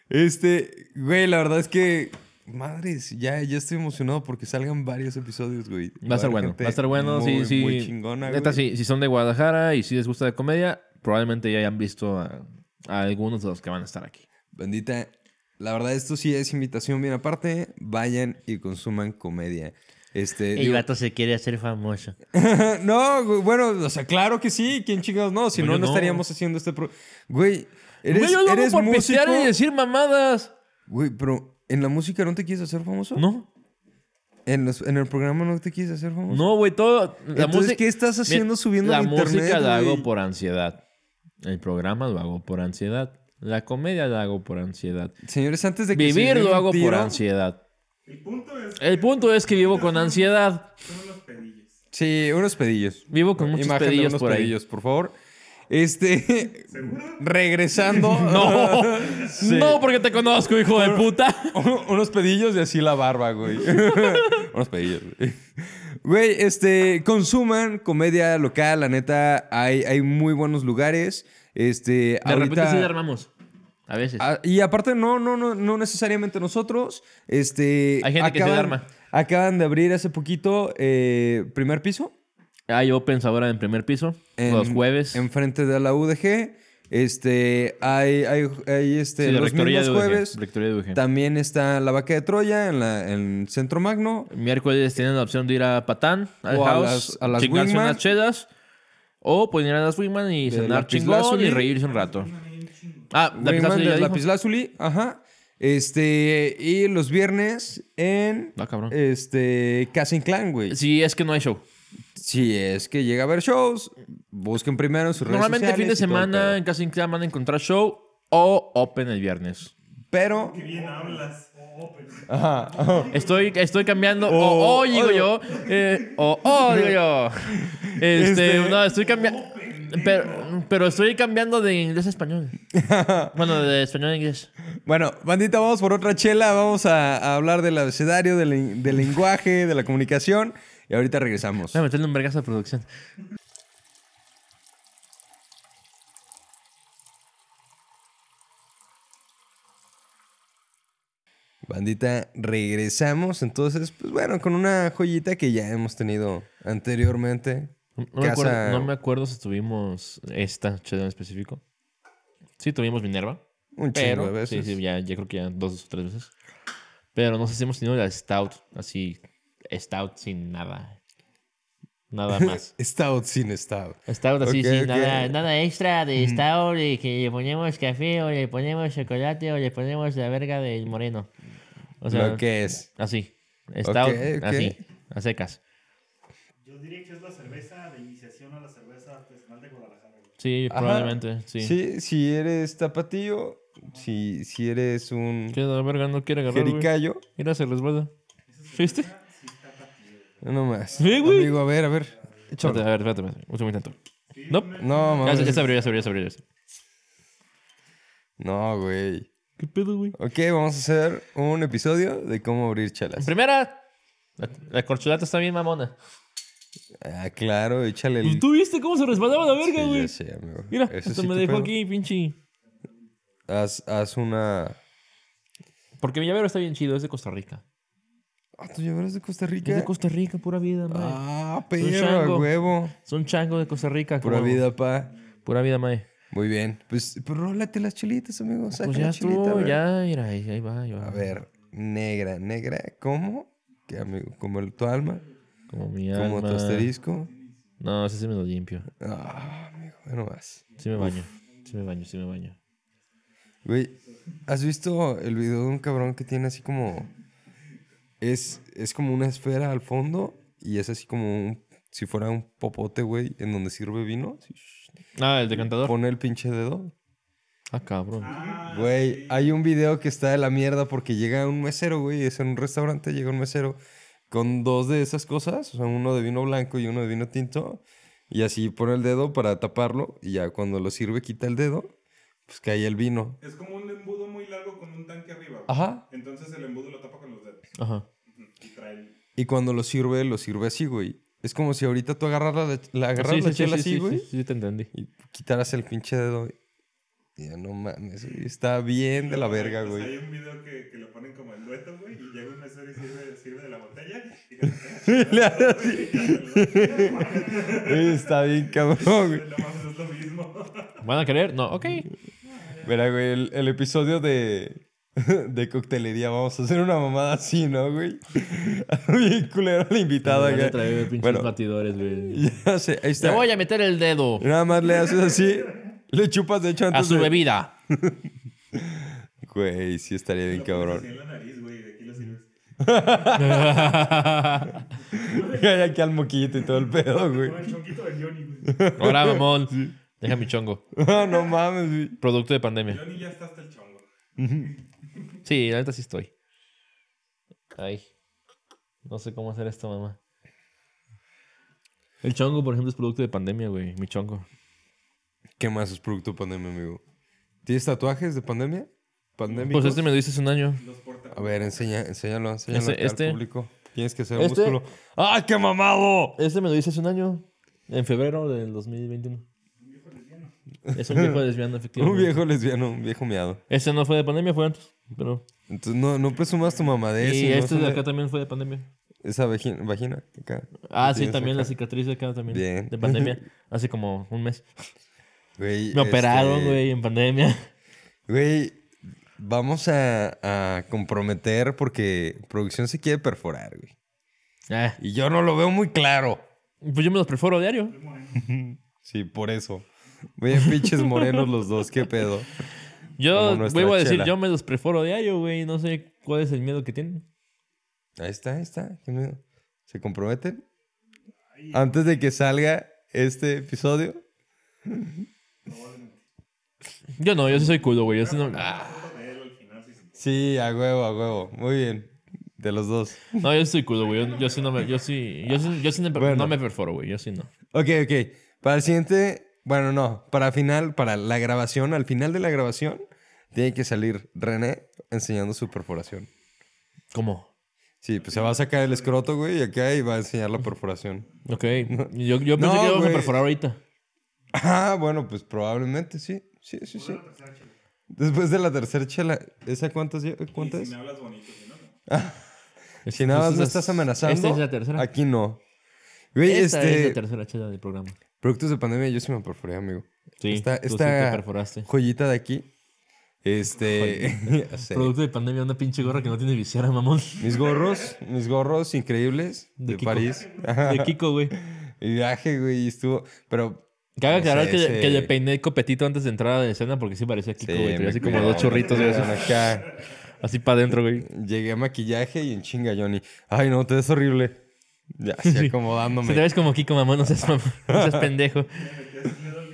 Este, güey, la verdad es que. Madres, ya, ya estoy emocionado porque salgan varios episodios, güey.
Va a
haber
estar bueno,
gente
va a estar bueno,
muy,
sí, sí.
Muy chingona,
Neta,
güey.
sí, si son de Guadalajara y si les gusta la comedia, probablemente ya hayan visto a, a algunos de los que van a estar aquí.
Bendita. La verdad, esto sí es invitación bien aparte. Vayan y consuman comedia. Este. digo-
se quiere hacer famoso.
no, güey, bueno, o sea, claro que sí. ¿Quién chingados no? Si
Güey,
no,
yo
no
no.
estaríamos haciendo este pro. Güey, eres,
Güey, yo lo hago
eres
por
músico.
pistear y decir mamadas.
Güey, pero ¿en la música no te quieres hacer famoso?
No,
¿En, los- en el programa no te quieres hacer famoso?
no, güey, todo. La
Entonces,
música-
¿qué estás haciendo subiendo
la
a internet,
música la
güey?
hago por ansiedad. El programa lo hago por ansiedad. La comedia la hago por ansiedad.
Señores, antes de que se
Vivir
den
lo
un
hago por
tiro-
ansiedad.
El punto es.
El punto es que vivo con ansiedad.
Son los pedillos.
Sí, unos pedillos.
Vivo con muchos
Imagen de
pedillos
unos
por ahí.
pedillos, por favor. Este, regresando.
No, no, porque te conozco, hijo de puta.
Un- unos pedillos y así la barba, güey. unos pedillos, güey. Güey, este, consuman comedia local, la neta, hay, hay muy buenos lugares. Este,
De repente
ahorita-
sí la armamos. A veces.
Ah, y aparte, no, no, no, no necesariamente nosotros. Este.
Hay gente que se arma.
Acaban de abrir hace poquito eh, primer piso.
Hay opens ahora en primer piso.
en-
los jueves.
Enfrente de la UDG. Este. Hay, hay, hay, este.
Sí, de
los
Rectoría
mismos
de UDG,
jueves.
Rectoría de UDG.
También está la vaca de Troya en, la, en Centro Magno.
Miércoles tienen la opción de ir a Patán, al
O a
house,
las- a las
chingarse
Wingman.
unas chedas. O pueden ir a las Wingman y
De
cenar
Lapis
chingón
Lazuli.
y reírse un rato. Ah, la
Wingman
ya
de
dijo.
Lapislázuli. Ajá. Este. Y los viernes en.
Ah, cabrón.
Este. Casa Clan, güey.
Sí, es que no hay show.
Si es que llega a haber shows, busquen primero en sus redes
Normalmente
sociales.
fin de
y todo el
semana en Casa Inclán van a encontrar show o open el viernes.
pedo. Pero.
Qué bien hablas. Oh, pero-
Estoy, estoy cambiando. O
Oh,
o, digo
oh.
yo. eh, o o, digo yo. Este,
Este-
no, estoy cambiando. Pero, pero estoy cambiando de inglés a español. Bueno, de español a inglés.
Bueno, bandita, vamos por otra chela. Vamos a, a hablar del abecedario, del, lin- del lenguaje, de la comunicación. Y ahorita regresamos.
Voy a meterle un vergazo a producción.
Bandita, regresamos. Entonces, pues bueno, con una joyita que ya hemos tenido anteriormente.
No, no me acuerdo, no me acuerdo si tuvimos esta chela en específico. Sí, tuvimos Minerva.
Un chingo
Pero,
de veces.
Sí, sí, ya, ya creo que ya dos o tres veces. Pero no sé si hemos tenido la Stout, así, Stout sin nada. Nada más.
Stout sin stout.
Stout así,
Ok,
sin
ok. Mm.
nada, nada extra de Stout y que le ponemos café o le ponemos chocolate o le ponemos la verga del moreno. O sea,
Lo que es.
así. Stout,
ok.
así, a secas.
Yo diría que es la cerveza de iniciación a la cerveza artesanal de Guadalajara. güey.
Sí,
Ajá.
probablemente, sí.
Sí, si eres tapatío, si, si eres un
Que la verga no quiere agarrar, güey.
jericayo.
Mira, se resbala. ¿Viste?
No más.
Sí, güey.
Amigo, a ver, a ver.
Espérate, a ver, espérate, espérate. Un segundo intento. No,
No,
ya se- ya
mames.
se abrió, ya se abrió, ya se abrió. ya se-
No, güey.
¿Qué pedo, güey?
Ok, vamos a hacer un episodio de cómo abrir chelas.
Primera, la, la corchulata está bien mamona.
Ah, claro, échale el...
¿Tú viste cómo se resbalaba la verga,
Sí,
güey?
ya sé, amigo.
Mira,
Eso
hasta
sí
me
te
dejó
puedo.
aquí, pinche.
Haz, haz una...
Porque mi llavero está bien chido, es de Costa Rica.
Ah, ¿tú llevarás de Costa
Es
Rica?
de Costa Rica, pura vida, mae.
Ah,
Un
perro, a
chango.
huevo.
Son changos de Costa Rica.
Pura
como-
vida, pa.
Pura vida, mae.
Muy bien. Pues, pues rólate las chelitas, amigo. Saca
Pues
la
ya
chelita, a
estuvo,
ver.
ya, mira, ahí, ahí va, ahí va.
A ver, negra, negra. ¿Cómo? ¿Qué, amigo? ¿Como el- tu alma?
Como mi
¿Como
alma.
tu asterisco?
No, ese sí me lo limpio.
Ah, amigo, ve nomás.
Sí me baño. Sí me baño, sí me baño.
Güey, ¿has visto el video de un cabrón que tiene así como... Es, es como una esfera al fondo y es así como un- si fuera un popote, güey, en donde sirve vino. así, shh,
Ah, el decantador.
Pone el pinche dedo.
Ah, cabrón.
Ah,
Güey, hay un video que está de la mierda porque llega un mesero, güey, es en un restaurante, llega un mesero con dos de esas cosas, o sea, uno de vino blanco y uno de vino tinto, y así pone el dedo para taparlo, y ya cuando lo sirve quita el dedo, pues cae el vino.
Es como un embudo muy largo con un tanque arriba. güey.
Ajá.
Entonces el embudo lo tapa con los dedos.
Ajá.
Ujú. Y trae el...
Y cuando lo sirve, lo sirve así, güey. Es como si ahorita tú agarraras la, la, agarraras
Sí,
la
sí, sí,
chela
sí,
así,
sí,
güey,
sí, sí, te entendí.
y quitaras el pinche dedo. Y ya no mames, güey, está bien de la verga,
Pues
güey.
Hay un video que, que lo ponen como el dueto, güey, y llega un mesero y sirve, sirve de la botella. Y le
Le hace
así.
Está bien cabrón, güey.
No mames, es lo mismo.
¿Van a querer? No, ok.
Verá, güey, el, el episodio de, de coctelería, vamos a hacer una mamada así, ¿no, güey? Bien culero al invitado
Van a
acá.
traer pinches
Bueno.
batidores, güey.
Ya sé, ahí
Te
está.
voy a meter el dedo
Nada más le haces así, le chupas, de hecho,
a
antes
su
de-
bebida.
Güey, sí estaría bien
Así
cabrón.
en la nariz, güey, y de aquí lo sirves.
Ahora,
Hay aquí al moquito y todo el pedo, güey.
con el chonquito de Johnny, güey.
mamón. Deja mi chongo.
Ah, no mames, güey.
Producto de pandemia.
Johnny ya está hasta el chongo.
Sí, la neta sí estoy. Ay. No sé cómo hacer esto, mamá. El chongo, por ejemplo, es producto de pandemia, güey. Mi chongo.
¿Qué más es producto de pandemia, amigo? ¿Tienes tatuajes de pandemia? ¿Pandémicos?
Pues este me lo dices un año.
Los porta.
A ver, enseña, enséñalo, enséñalo
Este-
acá
este.
al público. Tienes que ser
Este.
músculo. ¡Ah, qué mamado!
Este me lo dices un año. En febrero del 2021. Es un viejo lesbiano,
Un
efectivamente.
viejo lesbiano, un viejo miado.
Este no fue de pandemia, fue antes. Pero...
Entonces, no, no presumas tu mamadez.
Y
sino
este de
esa-
acá también fue de pandemia.
Esa vagina, vagina acá.
Ah,
que
sí,
tienes
también la
acá.
cicatriz de acá también.
Bien.
De pandemia. Hace como un mes.
Güey,
Me operaron,
este,
güey, en pandemia.
Güey, vamos a, a comprometer porque producción se quiere perforar, güey.
Ah,
Y yo no lo veo muy claro.
pues yo me los perforo diario.
Sí, por eso. Güey, pinches morenos los dos, qué pedo.
Yo
Como nuestra
vuelvo a decir,
chela.
yo me los perforo diario, güey. No sé cuál es el miedo que tienen.
Ahí está, ahí está. qué miedo. ¿Se comprometen?
Ay,
Antes de que salga este episodio.
probablemente.
Yo no, yo sí soy culo, güey. Yo sí no, ah.
Foto de él al final, sí, sí.
Sí, a huevo, a huevo. Muy bien. De los dos.
No, yo sí soy culo, güey. Yo, yo sí no me, yo sí, yo sí, yo sí no me-
Bueno.
no me perforo, güey. Yo sí no.
Ok, ok. Para el siguiente, bueno, no, para final, para la grabación, al final de la grabación, tiene que salir René enseñando su perforación.
¿Cómo?
Sí, pues se va a sacar el escroto, güey, y acá y va a enseñar la perforación.
Ok. Yo, yo pensé
No,
que íbamos a
güey.
perforar ahorita.
Ah, bueno, pues probablemente sí. Sí, sí, sí.
O sea, chela.
Después de la tercera chela, ¿esa cuántas? lle- eh,
Y
¿Cuántas?
si me hablas bonito, si no, no.
Si nada más
Esta
me
es-
estás amenazando.
Este, Esta es la tercera.
Aquí no. Güey,
Esta es la
este.
tercera chela del programa.
productos de pandemia, yo sí me perforé, amigo.
Sí,
Esta-
tú sí
esta-
te perforaste.
Joyita de aquí. Este. ya sé.
Producto de pandemia, una pinche gorra que no tiene visera, mamón.
Mis gorros, mis gorros increíbles
De
de,
Kiko.
París.
De Kiko, güey.
Mi viaje, güey, y estuvo. Pero
Cabe
No
aclarar
sé,
que,
ese-
que le peiné el copetito antes de entrar a la escena porque sí parecía Kiko, güey. Tenía
me
así como
cuidaba,
dos chorritos,
me
güey.
cuidaban
Así,
acá.
para adentro, güey.
Llegué a maquillaje y en chinga, Johnny. Ay, no, te ves horrible. Ya, así
Si
acomodándome.
te ves como Kiko, mamón, no seas, mamón, no seas pendejo.
Ya me quedé así, le doy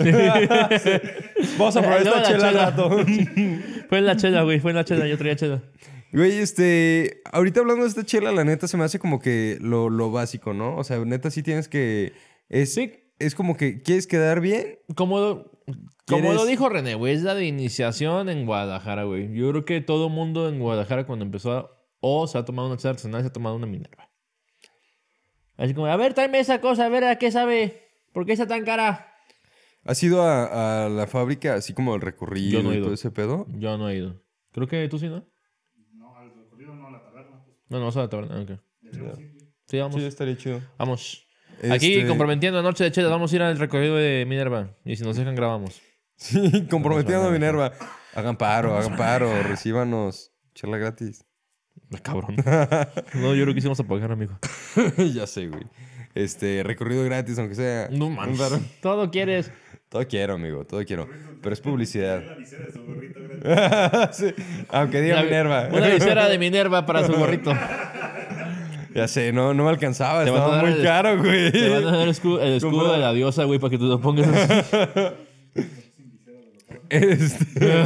el vino y...
Vamos a probar
Luego
esta
la
chela al
chela.
rato.
Fue en la chela, güey. Fue en la chela. Yo traía chela.
Güey, este. Ahorita hablando de esta chela, la neta se me hace como que lo, lo básico, ¿no? O sea, neta sí tienes que. Es,
Sí.
es como que quieres quedar bien.
Como lo, como
¿Quieres?
lo dijo René, güey, es la de iniciación en Guadalajara, güey. Yo creo que todo mundo en Guadalajara cuando empezó a, o se ha tomado una chela artesanal, se ha tomado una minerva. Así como, a ver, tráeme esa cosa, a ver a qué sabe. ¿Por qué está tan cara?
¿Has ido a, a la fábrica así como el recorrido
Yo no he
y
ido.
todo ese pedo?
Yo no he ido. Creo que tú sí, ¿no?
No, al recorrido no, a la taberna. Pues,
No, no, vas a la taberna. ok.
deberíamos ir, güey.
Sí, vamos.
Sí, estaría chido.
Vamos. Aquí
Este-
comprometiendo noche de chelas, vamos a ir al recorrido de Minerva. Y si nos dejan, grabamos.
Sí, comprometiendo a Minerva. Hagan paro, hagan paro, recíbanos. Charla gratis.
Ah, Cabrón. No, yo creo que sí vamos a pagar, amigo.
ya sé, güey. este, recorrido gratis, aunque sea.
No
un
mames.
varón.
Todo quieres.
Todo quiero, amigo, todo quiero. Pero es publicidad.
La visera de su gorrito grande.
Sí, Aunque diga
Una-
Minerva.
Una visera de Minerva para su gorrito.
Ya sé, no, no me alcanzaba,
Te van a
estaba
dar
muy
el-
caro, güey.
Te van a dar el escu- el escudo,
Compra-
de la diosa, güey, para que tú lo pongas.
Este, en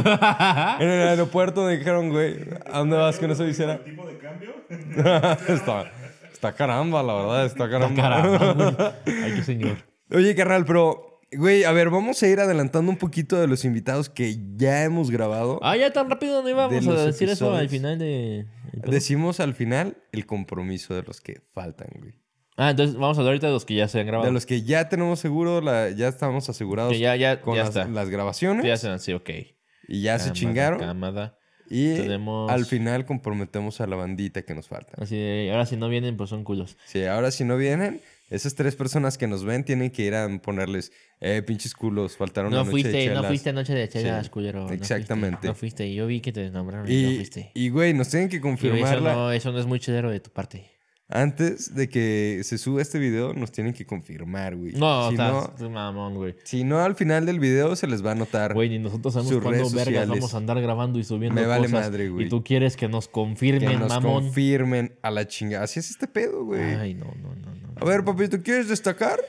el aeropuerto me dijeron, güey, ¿a dónde vas con esa visera?
¿El tipo de cambio?
está, está caramba, la verdad, está caramba.
Caramba, güey. Ay, qué señor.
Oye, carnal, pero, güey, a ver, vamos a ir adelantando un poquito de los invitados que ya hemos grabado.
Ah, ya tan rápido no íbamos
De
a
los
decir eso al
episodios.
final de.
Decimos al final el compromiso de los que faltan, güey.
Ah, entonces vamos a hablar ahorita de los que ya se han grabado.
De los que ya tenemos seguro, la- ya estamos asegurados
Ah. Que ya, ya,
con
ya
las,
está.
las grabaciones
Ya se han, sí, ok.
y ya se
Cámara,
chingaron.
cámara.
Y
Tenemos-
al final comprometemos a la bandita que nos falta.
Así de, ahora si no vienen, pues son culos.
Sí, ahora si no vienen, esas tres personas que nos ven tienen que ir a ponerles, eh, pinches culos, faltaron
No
una noche de
fuiste, no
chelas".
fuiste noche de chelas,
Sí,
culero. no fuiste,
exactamente.
No fuiste, y yo vi que te nombraron y, no
Y,
fuiste.
y, güey, nos tienen que
Y eso,
confirmarla.
no, eso no es muy chedero de tu parte.
Antes de que se suba este video, nos tienen que confirmar, güey.
No,
si
estás
no,
tú mamón, güey.
si no, al final del video se les va a notar.
Güey, ni nosotros sabemos
sus
cuándo
redes
vergas
sociales.
vamos a andar grabando y subiendo
Me vale
cosas,
madre, güey.
Y tú quieres que nos
que
confirmen,
nos
mamón.
confirmen a la chingada. Así es este pedo, güey.
Ay, no, no, no, no.
A ver, papito, ¿quieres destacar?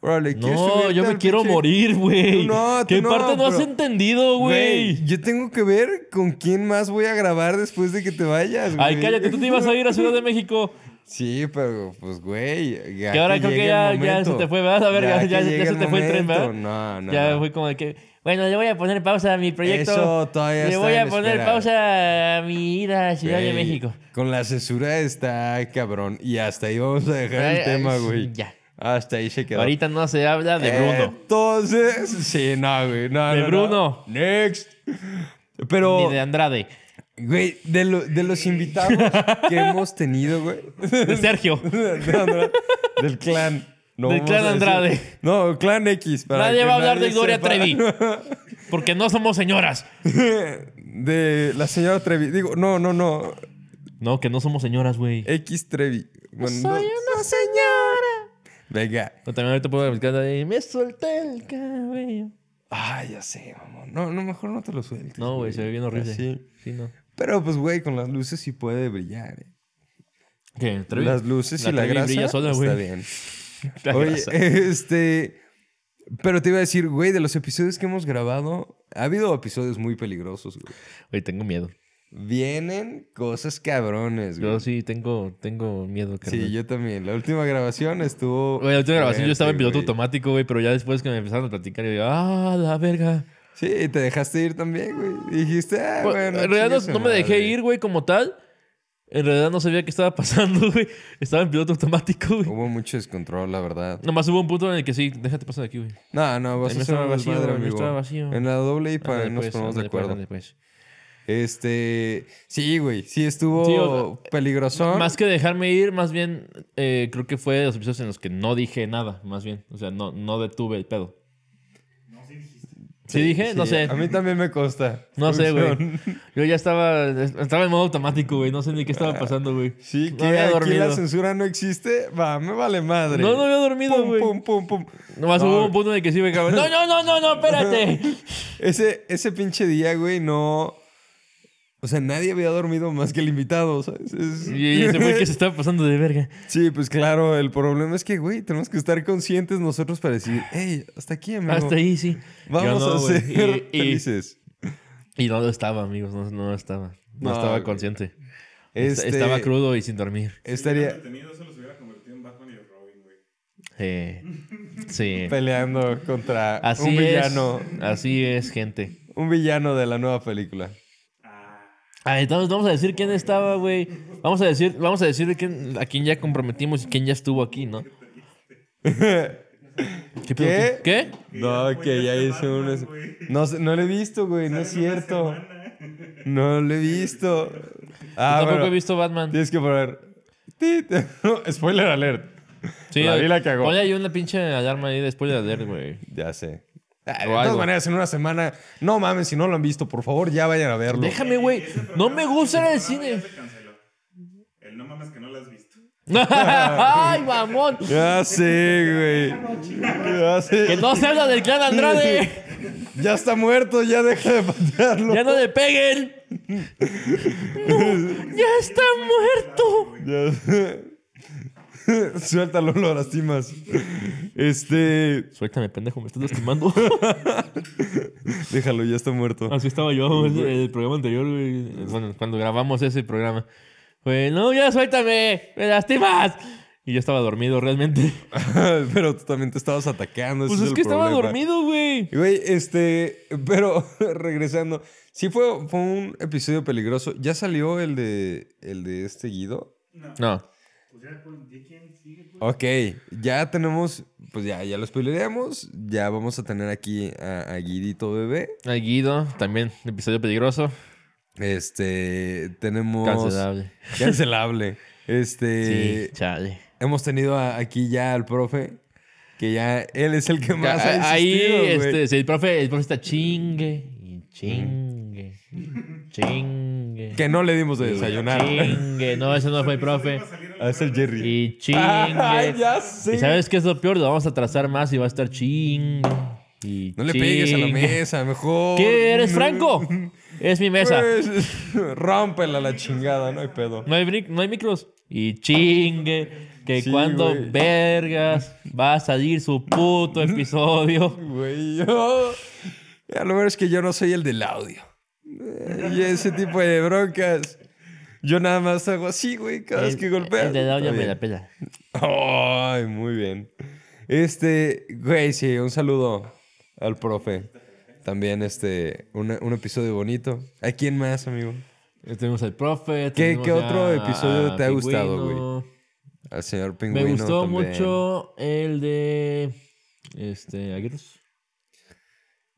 Órale, ¿quieres
No,
subirte
yo me
al
quiero
pinche-
morir, güey.
Tú no, tú
¿Qué
no,
parte no has
pero-
entendido, güey?
Yo tengo que ver con quién más voy a grabar después de que te vayas, güey.
Ay, cállate, tú te ibas a ir a Ciudad de México.
Sí, pero pues, güey. ya
Que ahora creo que
llegue
ya-
el
ya
momento.
se te fue, ¿verdad? A ver, ya-
que
ya- ya
llegue
se te fue el tren,
momento.
¿verdad?
No, no.
ya
no.
fue como de que. Bueno, le voy a poner pausa a mi proyecto.
Eso todavía
Le
está
voy a
en
poner
espera.
pausa a mi ida a Ciudad de
Güey,
México.
Con la censura está cabrón. Y hasta ahí vamos a dejar
Ay,
el tema,
ay,
güey.
ya.
Hasta ahí se quedó.
Ahorita no se habla de Bruno.
Entonces, sí, no, güey. no, no,
De
no.
Bruno.
Next. Pero.
Ni de Andrade.
Güey, de, lo- de los invitados que hemos tenido, güey.
De Sergio.
De Andrade- del clan. No
Del
vamos
clan
a decir-
Andrade.
No, clan X. para
Nadie
que
va a hablar de
nadie
Gloria
sepa.
Trevi. Porque no somos señoras.
De la señora Trevi. Digo, no, no, no.
No, que no somos señoras, güey.
X Trevi. Bueno, no-
una señora.
Venga.
No, también ahorita puedo aplicar la de, Me solté el cabello.
Ay, ya sé, mamón. No, no, mejor no te lo sueltes.
No, güey, se ve bien horrible.
Así.
Sí, no.
Pero pues, güey, con las luces sí puede brillar. eh.
¿Qué? ¿Trevi?
Las luces y la
Trevi
grasa.
brilla sola, güey.
está bien.
La
Oye, eh.
grasa.
este. Pero te iba a decir, güey, de los episodios que hemos grabado, ha habido episodios muy peligrosos, güey.
Güey, tengo miedo.
Vienen cosas cabrones, güey.
Yo sí tengo, tengo miedo, carnal.
Sí, yo también. La última grabación estuvo.
Güey, la última grabación yo estaba en
fuerte,
piloto
güey.
automático, güey, pero ya después que me empezaron a platicar, yo digo, ah, la verga.
Sí, y te dejaste ir también, güey. Dijiste, ah,
Bueno,
bueno.
en realidad
chingue
no,
su
no me dejé
madre.
ir, güey, como tal. En realidad no sabía qué estaba pasando, güey. Estaba en piloto automático, güey.
Hubo mucho descontrol, la verdad.
Nomás hubo un punto en el que sí, déjate pasar de aquí, güey.
No, no, vas a
Ahí me
hacer
estaba
un
vacío,
desmadre,
me
amigo.
estaba vacío.
En la doble y para
Ándale,
nos
pues,
ponemos de
ándale, pues,
acuerdo.
ándale, pues.
Este, sí, güey, sí estuvo
Sí, o-
peligroso.
Más que dejarme ir, más bien, eh, creo que fue de los episodios en los que no dije nada, más bien. O sea, no, no detuve el pedo.
No, sí dijiste.
¿Sí, dije? No sé.
A mí también me consta.
No sé, güey. Yo ya estaba, estaba en modo automático, güey. No sé ni qué estaba pasando, güey.
Sí,
No
que
había
aquí
dormido.
la censura no existe. Va, me vale madre.
No, no había dormido,
Pum,
güey.
pum, pum, pum.
Nomás
No,
hubo
güey.
un punto en el que sí me cago. No, no, no, no, no, espérate.
Ese, ese pinche día, güey, no. O sea, nadie había dormido más que el invitado, ¿sabes? Es-
Y ese fue el que se estaba pasando de verga.
Sí, pues claro, el problema es que, güey, tenemos que estar conscientes nosotros para decir, hey, hasta aquí, amigo.
Hasta ahí, sí.
Vamos
Yo no,
a
güey.
ser
Y- y-
felices.
Y no lo estaba, amigos. No, no lo estaba. No,
No,
estaba
güey.
consciente. Est-
Este,
Estaba crudo y sin dormir.
Estaría
detenido, se los hubiera convertido en Batman y Robin, güey.
Eh, sí.
peleando contra
Así
un
es.
villano.
Así es, gente.
Un villano de la nueva película.
Ah, entonces vamos a decir quién estaba, güey. Vamos a decir, vamos a decir quién, a quién ya comprometimos y quién ya estuvo aquí, ¿no? ¿Qué? pedo,
¿Qué?
¿Qué? ¿Qué?
No, que ya hice un... No, sé- no lo he visto, güey, no es cierto. No lo he visto. Ah,
Tampoco
bueno,
he visto Batman.
Tienes que poner... Tit. Spoiler alert.
Sí,
La vi, la
oye,
cagó.
Ponle ahí una pinche alarma ahí después de leer, güey.
Ya sé. Ah, de
O
todas
algo.
maneras, en una semana... No mames, si no lo han visto, por favor, ya vayan a verlo.
Déjame, güey. No me gusta el cine.
Ya se canceló. El no mames que no lo has visto.
¡Ay, mamón!
Ya sé, güey. Ya sé.
¡Que no salga del clan Andrade!
Ya está muerto, ya deja de patearlo.
¡Ya no le peguen! ¡No! ¡Ya está muerto!
Ya- Suéltalo, lo lastimas. Este.
Suéltame, pendejo, me estás lastimando.
Déjalo, ya está muerto.
Así estaba yo en el programa anterior, güey. Bueno, cuando grabamos ese programa. Güey, no, ya suéltame, me lastimas. Y yo estaba dormido realmente.
Pero tú también te estabas atacando. ese
Pues es
el
que estaba
problema.
dormido, güey.
Güey, este. Pero regresando. Sí, fue, fue un episodio peligroso. Ya salió el de. El de este Guido.
No.
No.
Pues ya, pues, ¿de quién sigue? pues?
Ok, ya tenemos. Pues ya, ya lo spoileríamos. Ya vamos a tener aquí a, a Guidito bebé.
Ay, Guido, también, episodio peligroso.
Este. Tenemos.
Cancelable.
Cancelable. Este.
Sí, chale.
Hemos tenido a- aquí ya al profe. Que ya él es el que más ha
Ahí,
insistido, güey.
este, sí, el profe, el profe está chingue y chingue, y chingue.
Que no le dimos de
y
desayunar.
Chingue, no, ese no fue el profe.
Ah, es el Jerry.
Y chingue.
Ay, ya
¿Y
sé.
sabes qué es lo peor? Lo vamos a trazar más y va a estar chingue. y
No le pegues a la
chingue.
mesa, mejor.
¿Qué eres, Franco? Es mi mesa.
Pues, rómpela la chingada, no hay pedo.
No hay, bric- no hay micros. Y chingue. Que
Sí,
cuando
güey.
vergas va a salir su puto episodio.
Güey, yo. Ya lo peor es que yo no soy el del audio. Eh, Y ese tipo de broncas. Yo nada más hago así, güey, cada vez
El-
que golpeas.
El de
Está
Dao ya me
bien.
la pela.
Ay, muy bien. Este, güey, sí, un saludo al profe. También, este, una- un episodio bonito. ¿A quién más, amigo?
Tenemos al profe.
¿Qué-
tenemos
qué otro
a-
episodio
a
te ha gustado, güey?
Pingüino.
Al señor
Me
Pingüino.
gustó
también.
mucho el de. Este, Aguirre.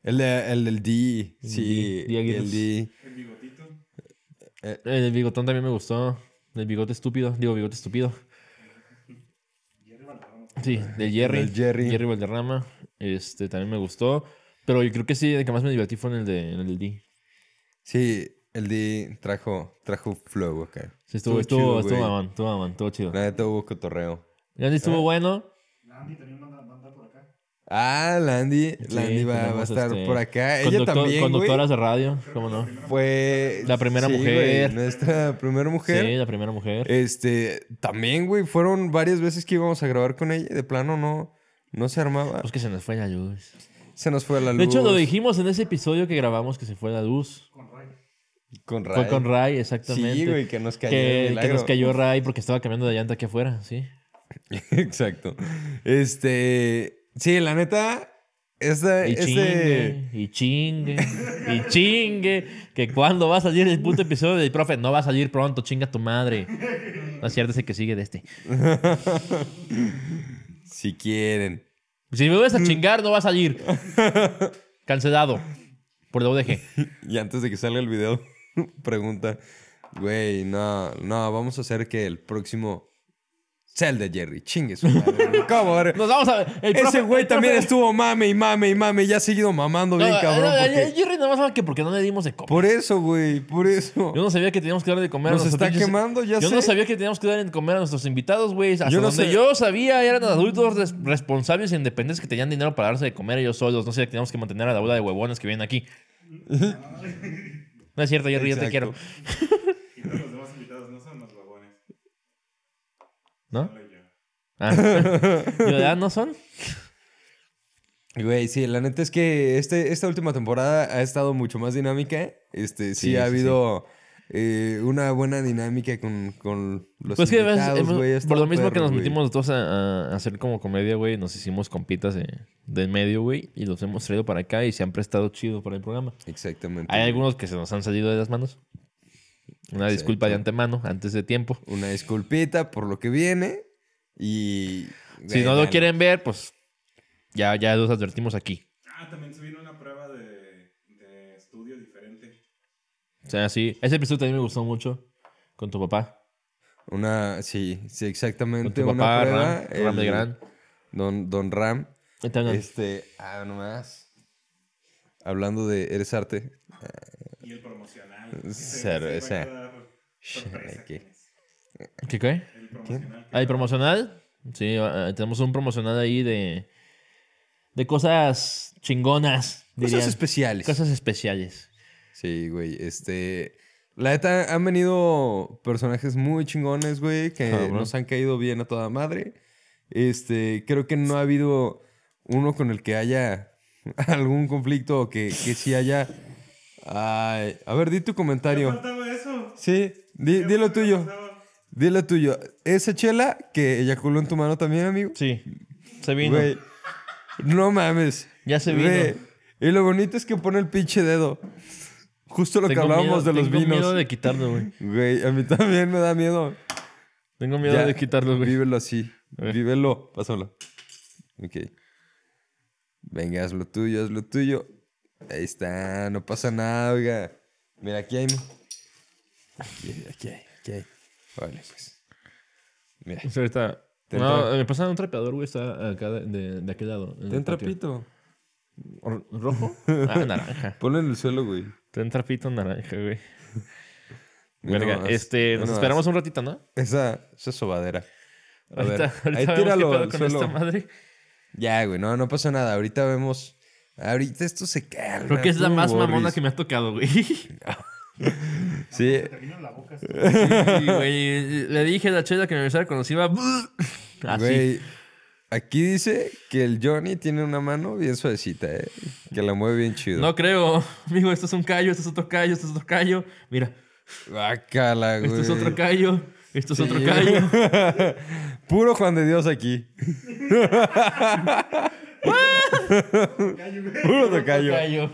El, de- el del D. Sí,
D, D Aguirre.
el D.
El bigotito.
El del bigotón también me gustó. El bigote estúpido. Digo, bigote estúpido. Sí, del Jerry.
Del Jerry.
Jerry Valderrama. Este, también me gustó. Pero yo creo que sí, el que más me divertí fue en el, de, en el del D.
Sí, el D trajo, trajo flow acá.
Sí,
Estuvo
estuvo, estuvo,
chido,
estuvo,
güey.
mamón, estuvo mamón, estuvo chido.
La neta hubo cotorreo.
Gandhi estuvo bueno.
Andy también manda, manda por acá.
Ah, Landy.
Sí,
Landy va, va a
tenemos,
estar
este,
por acá.
conductor-
Ella también, güey.
Conductoras de radio, ¿cómo no?
Fue...
La primera
sí, güey,
mujer.
nuestra primera mujer.
Sí, la primera mujer.
Este, también, güey, fueron varias veces que íbamos a grabar con ella y de plano no, no se armaba.
Pues que se nos fue la luz.
Se nos fue la luz.
De hecho, lo dijimos en ese episodio que grabamos que se fue la luz.
Con Ray.
Con Ray.
Fue con Ray, exactamente.
Sí, güey, que nos cayó. de
que, que
milagro.
nos cayó Ray porque estaba cambiando de llanta aquí afuera, sí.
Exacto. Este, sí, la neta, esta,
Y
este,
chingue, y chingue, y chingue. Que cuando va a salir el puto episodio del profe, no va a salir pronto, chinga tu madre. No es cierto, es el que sigue de este.
si quieren.
Si me vuelves a chingar, no va a salir. Cancelado. Por la UDG.
Y antes de que salga el video, pregunta, güey, no, no, vamos a hacer que el próximo sea el de Jerry. Chingue su madre. ¿Cómo? ahora?
Nos vamos a ver. El
Ese
profe-
güey
el
también
profe-
estuvo mame y mame y mame. Ya ha seguido mamando bien,
No,
cabrón.
no, no,
porque-
el Jerry nada más sabe que porque no le dimos de comer.
Por eso, güey, por eso.
Yo no sabía que teníamos que dar de comer
Nos
a nuestros
está quemando, ya
Yo no
sé.
sabía que teníamos que dar de comer a nuestros invitados, güey. Hasta
Yo no
donde
sé.
yo sabía eran adultos res- responsables e independientes que tenían dinero para darse de comer ellos solos. No sabía que teníamos que mantener a la bola de huevones que vienen aquí. No es cierto, Jerry, yo te quiero.
Exacto.
Y todos los demás invitados no son los huevones.
¿No?
Solo yo.
Ah. Yo, ah, ¿No son?
Güey, sí, la neta es que este, esta última temporada ha estado mucho más dinámica. Este, sí,
Sí,
ha
sí,
habido eh, una buena dinámica con, con los
Pues que a veces
invitados,
hemos-
güey, ha
por
estado
lo mismo que
perro,
nos
güey.
metimos todos a, a hacer como comedia, güey, nos hicimos compitas de, de en medio, güey, y los hemos traído para acá y se han prestado chido para el programa.
Exactamente.
Hay algunos que se nos han salido de las manos. Una
Exacto.
disculpa de antemano, antes de tiempo.
Una disculpita por lo que viene y...
Si
güey,
no lo
dale.
quieren ver, pues ya, ya los advertimos aquí.
Ah, también subieron una prueba de, de estudio diferente.
O sea, sí. Ese episodio también me gustó mucho con tu papá.
Una, sí, sí,
Con
exactamente.
tu
una
papá,
prueba,
Ram, Ram de
el-
Gran.
Don, don Ram.
Entonces,
Este, ah, nomás. Hablando de Eres Arte.
Y el promocional.
Cero,
Ese-
ese.
ese va a quedar sorpresa
Aquí.
quién es.
¿Qué qué?
El promocional. promocional. que
¿Hay
no-
promocional? Sí, ah, tenemos un promocional ahí de, de cosas chingonas.
Cosas
dirían.
especiales.
Cosas especiales.
Sí, güey. Este. La neta, han venido personajes muy chingones, güey, que
Cabrón.
nos han caído bien a toda madre. Este, creo que no ha habido uno con el que haya algún conflicto o que, que sí haya. Ay, a ver, di tu
¿Qué
comentario.
faltaba eso?
Sí, di,
¿Qué
di lo
faltaba?
tuyo. Di lo tuyo. Esa chela que eyaculó en tu mano también, amigo.
Sí. Se vino.
Güey, no mames.
Ya se vino.
Güey, Y lo bonito es que pone el pinche dedo. Justo lo
Tengo
que hablábamos de
miedo-
los
tengo
vinos.
miedo de quitarlo, güey.
Güey, a mí también me da miedo.
Tengo miedo
Ya,
de quitarlo, güey.
Vívelo así.
A ver.
Vívelo. Pásalo. Ok. Venga, haz lo tuyo, haz lo tuyo. Ahí está, no pasa nada, oiga. Mira, aquí hay. Aquí, aquí hay, aquí hay. Vale, pues. Mira.
O sea, ahorita-
Te
No,
entra-
me pasaron un trapeador, güey. Está acá de, de, de aquel lado. en
Ten
el patio.
trapito.
¿Ro- ¿Rojo? Ah, naranja.
Ponlo en el suelo, güey.
Ten trapito naranja, güey.
Mira
Verga,
nomás,
este,
mira
nos
nomás.
esperamos un ratito, ¿no?
Esa, esa sobadera. A
ahorita,
ver,
ahorita
ahí
vemos
tíralo
qué pedo
al
con
suelo.
esta madre.
Ya, güey, no, no pasa nada. Ahorita vemos. Ahorita esto se calma.
Creo que es la
tú,
más mamona
Boris.
que me ha tocado, güey.
Sí,
Se termina en la boca. así.
Sí, güey. Le dije a la chela que me besara cuando se iba. Así.
Güey, aquí dice que el Johnny tiene una mano bien suavecita, ¿eh? Que la mueve bien chido.
No creo, amigo. Esto es un callo, esto es otro callo, esto es otro callo. Mira,
Bácala, güey.
esto es otro callo, esto es
Sí.
otro callo.
Puro Juan de Dios aquí. Puro tocayo.
Callo.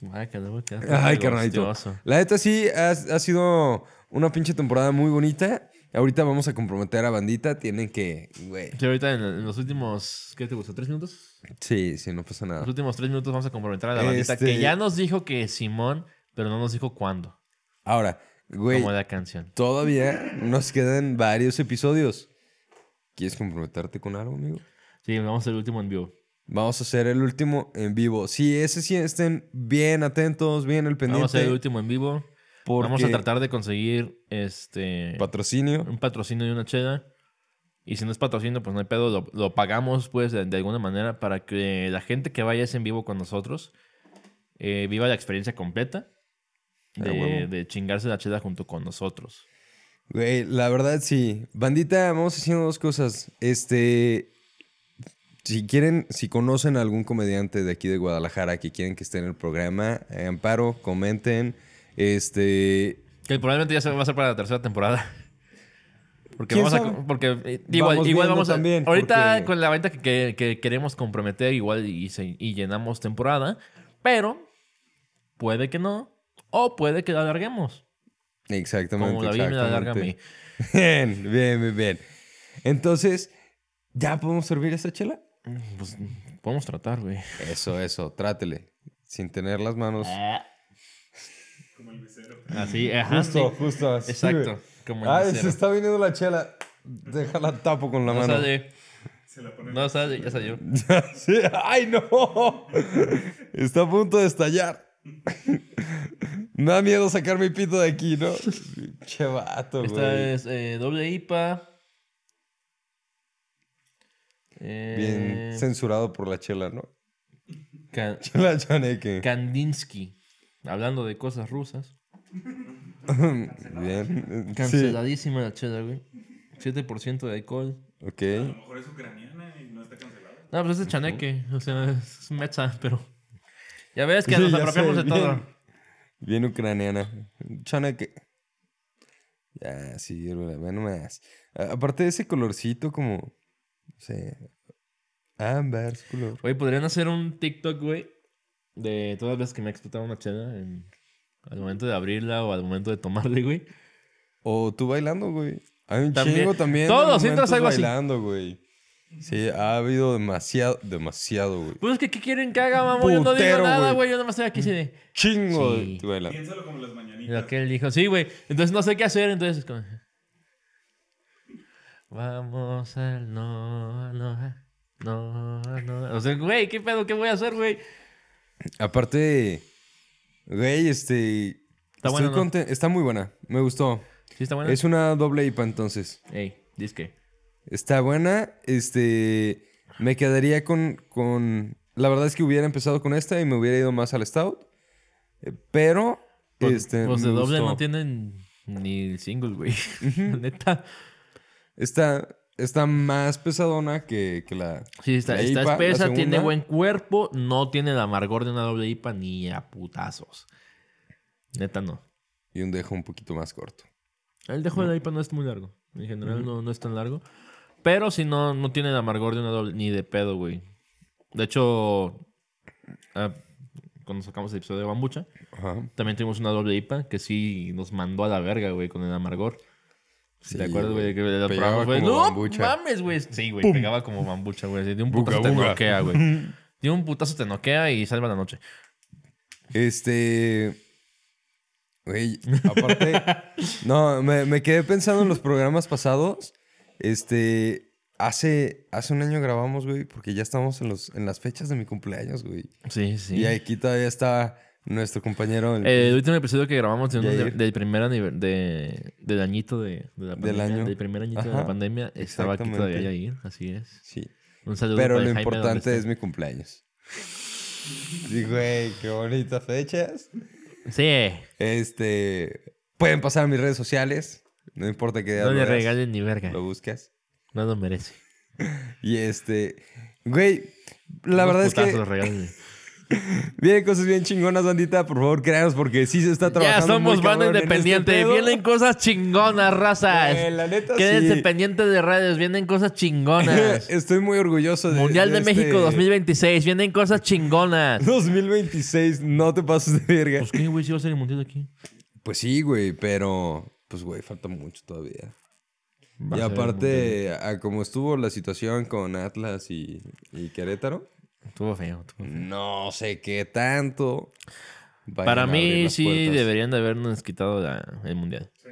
Guácala, güey, quedaste
Ay,
todo
carnalito.
hostioso.
La neta sí ha, ha sido una pinche temporada muy bonita. Ahorita vamos a comprometer a bandita. Tienen que, güey.
Sí, ahorita en, en los últimos, ¿qué te gusta? ¿Tres minutos?
Sí, sí, no pasa
Los
nada.
últimos tres minutos vamos a comprometer a la bandita
Este-
que ya nos dijo que es Simón, pero no nos dijo cuándo.
Ahora, güey,
Como la canción.
todavía nos quedan varios episodios. ¿Quieres comprometerte con algo, amigo?
Sí, vamos a hacer el último en vivo.
Vamos a hacer el último en vivo. Sí, ese sí, estén bien atentos, bien al pendiente.
Vamos a hacer el último en vivo.
Porque-
Vamos a tratar de conseguir este
Patrocinio.
un patrocinio y una chela. Y si no es patrocinio, pues no hay pedo. Lo, lo pagamos, pues, de, de alguna manera para que la gente que vaya a ese en vivo con nosotros eh, viva la experiencia completa
Ah,
de,
huevo.
de chingarse la chela junto con nosotros.
Güey, la verdad sí. Bandita, vamos haciendo dos cosas. Este. Si quieren, si conocen a algún comediante de aquí de Guadalajara que quieren que esté en el programa, eh, amparo, comenten. Este.
Que probablemente ya se va a hacer para la tercera temporada. Porque
¿Quién
vamos a.
sabe?
Porque eh, igual,
Vamos
igual
viendo
vamos a.
también,
ahorita
porque-
con la venta que, que- que queremos comprometer, igual y, se- y llenamos temporada. Pero puede que no. O puede que la alarguemos.
Exactamente.
Como David me la alarga a
exactamente.
mí.
Bien, bien, bien, bien. Entonces, ¿ya podemos servir esta chela?
Pues podemos tratar, güey.
Eso, eso, trátele. Sin tener las manos.
Ah,
Como el mesero.
Así, ajá.
Justo,
sí.
justo. así,
Exacto.
güey.
Como el
Ah, se
mesero.
está viniendo la chela. Déjala tapo con la
No
mano.
sale.
Se la ponen.
No sale, ya salió.
Sí, ¡Ay, no! Está a punto de estallar. Me da miedo sacar mi pito de aquí, ¿no? Che vato,
Esta
güey.
es eh, doble IPA. Eh,
Bien censurado por la chela, ¿no?
Ca-
Chela Chaneque.
Kandinsky. Hablando de cosas rusas.
Bien. Sí.
Canceladísima la chela, güey. 7% de alcohol.
A
Ok.
lo mejor es ucraniana y no está cancelada.
No, pues es de chaneque. O sea, es mecha, pero... Ya ves que
Sí,
nos
ya sé,
apropiamos de
bien.
todo.
Bien ucraniana. Chaneque. Ya, sí, güey, ve nomás. A- Aparte de ese colorcito como... No sé. Ámbar, es color.
Oye, podrían hacer un TikTok, güey, de todas las veces que me ha explotado una chela en- al momento de abrirla o al momento de tomarle, güey.
O tú bailando, güey. Hay un
También.
chingo también.
Todos,
momentos
entras algo así.
bailando, güey. Sí, ha habido demasiado, demasiado, güey.
Pues es que, ¿qué quieren que haga, mamá? Yo no digo
Putero,
nada,
güey.
güey. Yo nada más estoy aquí así de...
Chingo
Sí.
de tú bailando.
Piénsalo como las
Lo
mañanitas.
que él dijo. Sí, güey. Entonces no sé qué hacer, entonces... como- Vamos al no, no, no, no. O sea, güey, ¿qué pedo? ¿Qué voy a hacer, güey?
Aparte, este, güey, este.
Está
estoy
buena, ¿no?
conten- Está muy buena. Me gustó.
¿Sí está buena?
Es una doble IPA entonces.
Ey, disque.
Está buena. Este. Me quedaría con, con. La verdad es que hubiera empezado con esta y me hubiera ido más al Stout. Eh, Pero. este,
Los pues, de
me
doble
gustó.
no tienen ni el single, güey. La Neta.
Está, está más pesadona que, que la.
Sí, está,
la
está
IPA, la
espesa, tiene
segunda.
buen cuerpo, no tiene el amargor de una doble IPA ni a putazos. Neta, no.
Y un dejo un poquito más corto.
El dejo de la IPA no es muy largo. En general no, no es tan largo. Pero si no, no tiene el amargor de una doble, ni de pedo, güey. De hecho, ah, cuando sacamos el episodio de Bambucha,
Ajá.
también tuvimos una doble IPA que sí nos mandó a la verga, güey, con el amargor. Si te
Sí,
acuerdas, güey,
güey.
que el
Pegaba
programa fue.
como
¡No
bambucha".
mames, güey! Sí, güey, pegaba como bambucha, güey. De un
Buga,
putazo te
buga.
noquea, güey. De un putazo te noquea y salva la noche.
Este. Güey, aparte. no, me, me quedé pensando en los programas pasados. Este. Hace, hace un año grabamos, güey, porque ya estamos en, los, en las fechas de mi cumpleaños, güey.
Sí, sí.
Y aquí todavía está nuestro compañero el-
Eh, el último episodio que grabamos de un-
Yair.
de- del primer aniver- de, del añito de, de la
Del
pandemia,
año.
del primer añito de la
Ajá,
pandemia, estaba aquí
exactamente.
todavía Yair, así es.
sí.
Un saludo
Pero
para
lo
Jaime, donde
importante
esté.
es mi cumpleaños. Sí, güey, qué bonitas fechas.
Sí,
Este. Pueden pasar a mis redes sociales. No importa que
no le regalen ni verga,
Lo buscas.
no lo merece.
Y este. Güey, la
Unos
verdad es que.
putazos, regálenle.
Vienen cosas bien chingonas, bandita. Por favor, créanos, porque sí se está
Ya
trabajando.
somos
muy
banda
cabrón en este
independiente,
pedo.
vienen cosas chingonas, razas.
Güey, la neta,
Quédense
sí.
pendientes de radios, vienen cosas chingonas.
Estoy muy orgulloso de.
Mundial de
este-
México 2026, vienen cosas chingonas.
2026, no te pases de verga.
Pues qué, güey, si va a ser el mundial aquí.
Pues sí, güey, pero pues güey, falta mucho todavía.
Va
y
a ser el
aparte, a como estuvo la situación con Atlas y, y Querétaro,
Estuvo feo, estuvo feo.
no sé qué tanto. vayan a
Para
abrir
mí
las
sí
puertas.
deberían de habernos quitado la- el mundial.
Sí.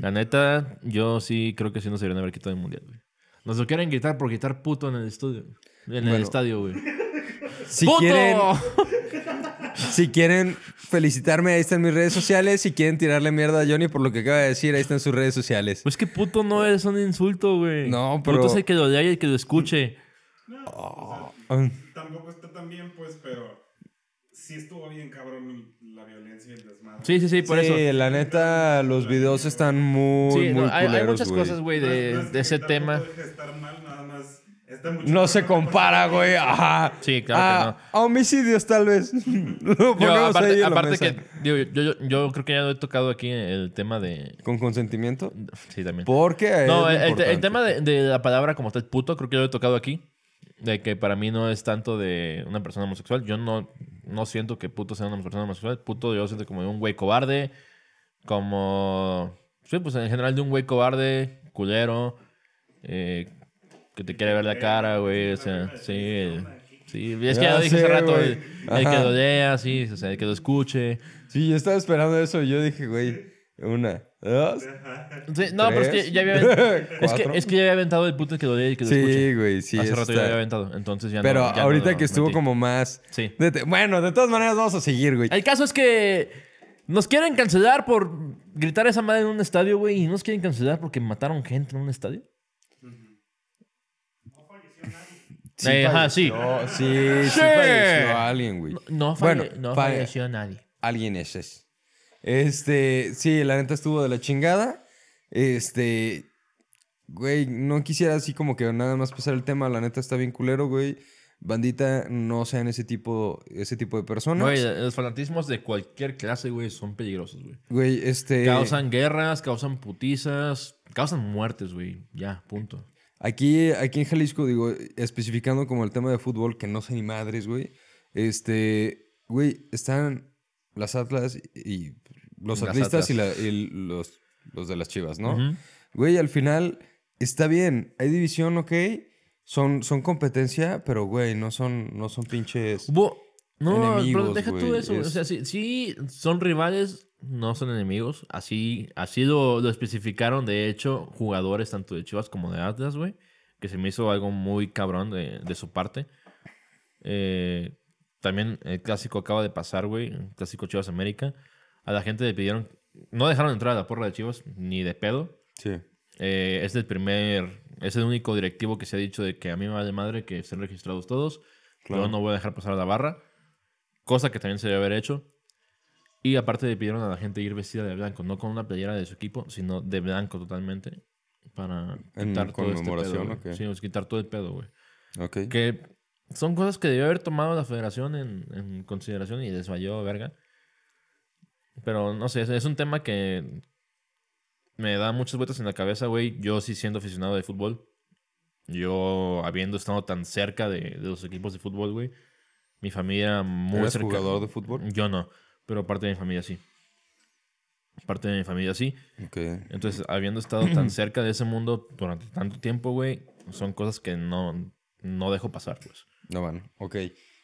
La neta, yo sí creo que sí nos deberían haber quitado el mundial, güey. Nos lo quieren gritar por quitar puto en el estudio. En el
Bueno.
estadio, güey.
Si
¡Puto!
quieren, si quieren felicitarme, ahí están mis redes sociales. Si quieren tirarle mierda a Johnny por lo que acaba de decir, ahí están sus redes sociales.
Pues que puto no es un insulto, güey.
No,
Puto
pero-
es el que lo lea y el que lo escuche.
Ah,
Tampoco está tan bien, pues, pero sí estuvo bien cabrón la violencia y el desmadre.
Sí, sí, sí, por
sí,
eso.
la neta, los videos están muy,
Sí, no,
muy
hay, hay
culeros,
muchas
güey.
cosas, güey,
No es- no
de,
es
de
que
ese
tampoco
tema.
deje de estar mal, nada más está mucho
No se
mejor con-
compara, güey. Ajá.
Sí, claro que
Ah, A homicidios, tal vez. Lo
Yo,
ponemos ahí en
aparte
la
aparte
mesa.
que digo, yo, yo- yo creo que ya lo he tocado aquí el tema de...
¿Con consentimiento?
Sí, también.
Porque.
No,
es
el, el- el
importante.
tema de, de la palabra como tal, puto, creo que yo lo he tocado aquí. De que para mí no es tanto de una persona homosexual. Yo no, no siento que puto sea una persona homosexual. Puto yo lo siento como de un güey cobarde. Como... Sí, pues en general de un güey cobarde, culero. eh, que te quiere ver la cara, güey. O sea, sí. el- sí, es que ya
Ya
lo dije hace
sé,
rato.
Ah, güey.
El, el que
Ajá.
lo lea, sí. O sea, el que lo escuche.
Sí, yo estaba esperando eso. y Yo dije, güey, una, dos.
Sí, no, pero es que
Tres.
ya había... es, que,
Cuatro.
es que ya había aventado el puto que lo lea y que lo escuche.
Sí, güey, sí.
Hace
está.
rato ya lo había aventado, entonces ya no-
Pero
ya no
ahorita
lo
que estuvo
metí.
como más.
Sí.
Dete- Bueno, de todas maneras, vamos a seguir, güey.
El caso es que nos quieren cancelar por gritar esa madre en un estadio, güey, y nos quieren cancelar porque mataron gente en un estadio. Eh, ajá, sí.
falleció, sí, sí
Sí.
falleció alguien, güey.
No,
Bueno,
falle- no
falle-
falleció nadie.
Alguien ese es. Este, sí, la neta estuvo de la chingada. Este, güey, no quisiera así como que nada más pasar el tema. La neta está bien culero, güey. Bandita, no sean ese tipo, ese tipo de personas.
Güey,
Güey,
los fanatismos de cualquier clase, güey, son peligrosos, güey.
este.
Causan guerras, causan putizas, causan muertes, güey. Ya, punto.
Aquí, aquí en Jalisco, digo, especificando como el tema de fútbol, que no sé ni madres, güey. Este, güey, están las Atlas y los
Las
atlistas y, la-
Atlas.
y los, los de las chivas, ¿no?
Ujú.
Güey, al final está bien, hay división, ok. Son, son competencia, pero güey, no son, no son pinches.
Hubo- No,
Enemigos,
pero deja tú
güey,
eso. güey. O
es-
sea, sí, sí son rivales, no son enemigos. Así, así lo, lo especificaron, de hecho, jugadores tanto de Chivas como de Atlas, güey. Que se me hizo algo muy cabrón de, de su parte. Eh, también el clásico acaba de pasar, güey. El clásico Chivas América. A la gente le pidieron No dejaron entrar a la porra de Chivas, ni de pedo.
Sí.
Eh, es el primer, es el único directivo que se ha dicho de que a mí me vale madre que estén registrados todos.
Claro.
Yo no voy a dejar pasar a la barra. Cosa que también se debe haber hecho. Y aparte le pidieron a la gente ir vestida de blanco, no con una playera de su equipo, sino de blanco totalmente. Para
En
quitar todo este pedo.
conmemoración,
güey.
¿o qué?
Sí, pues, quitar todo el pedo, güey.
Ok.
Que son cosas que debió haber tomado la federación en, en consideración y les valió verga. Pero no sé, es, es un tema que me da muchas vueltas en la cabeza, güey. Yo sí siendo aficionado de fútbol, yo habiendo estado tan cerca de, de los equipos de fútbol, güey. Mi familia muy
¿Eres
cerca-
jugador de fútbol?
Yo no, pero parte de mi familia sí. Parte de mi familia sí.
Ok.
Entonces, habiendo estado tan cerca de ese mundo durante tanto tiempo, güey, son cosas que no, no dejo pasar, pues.
No van. Ok.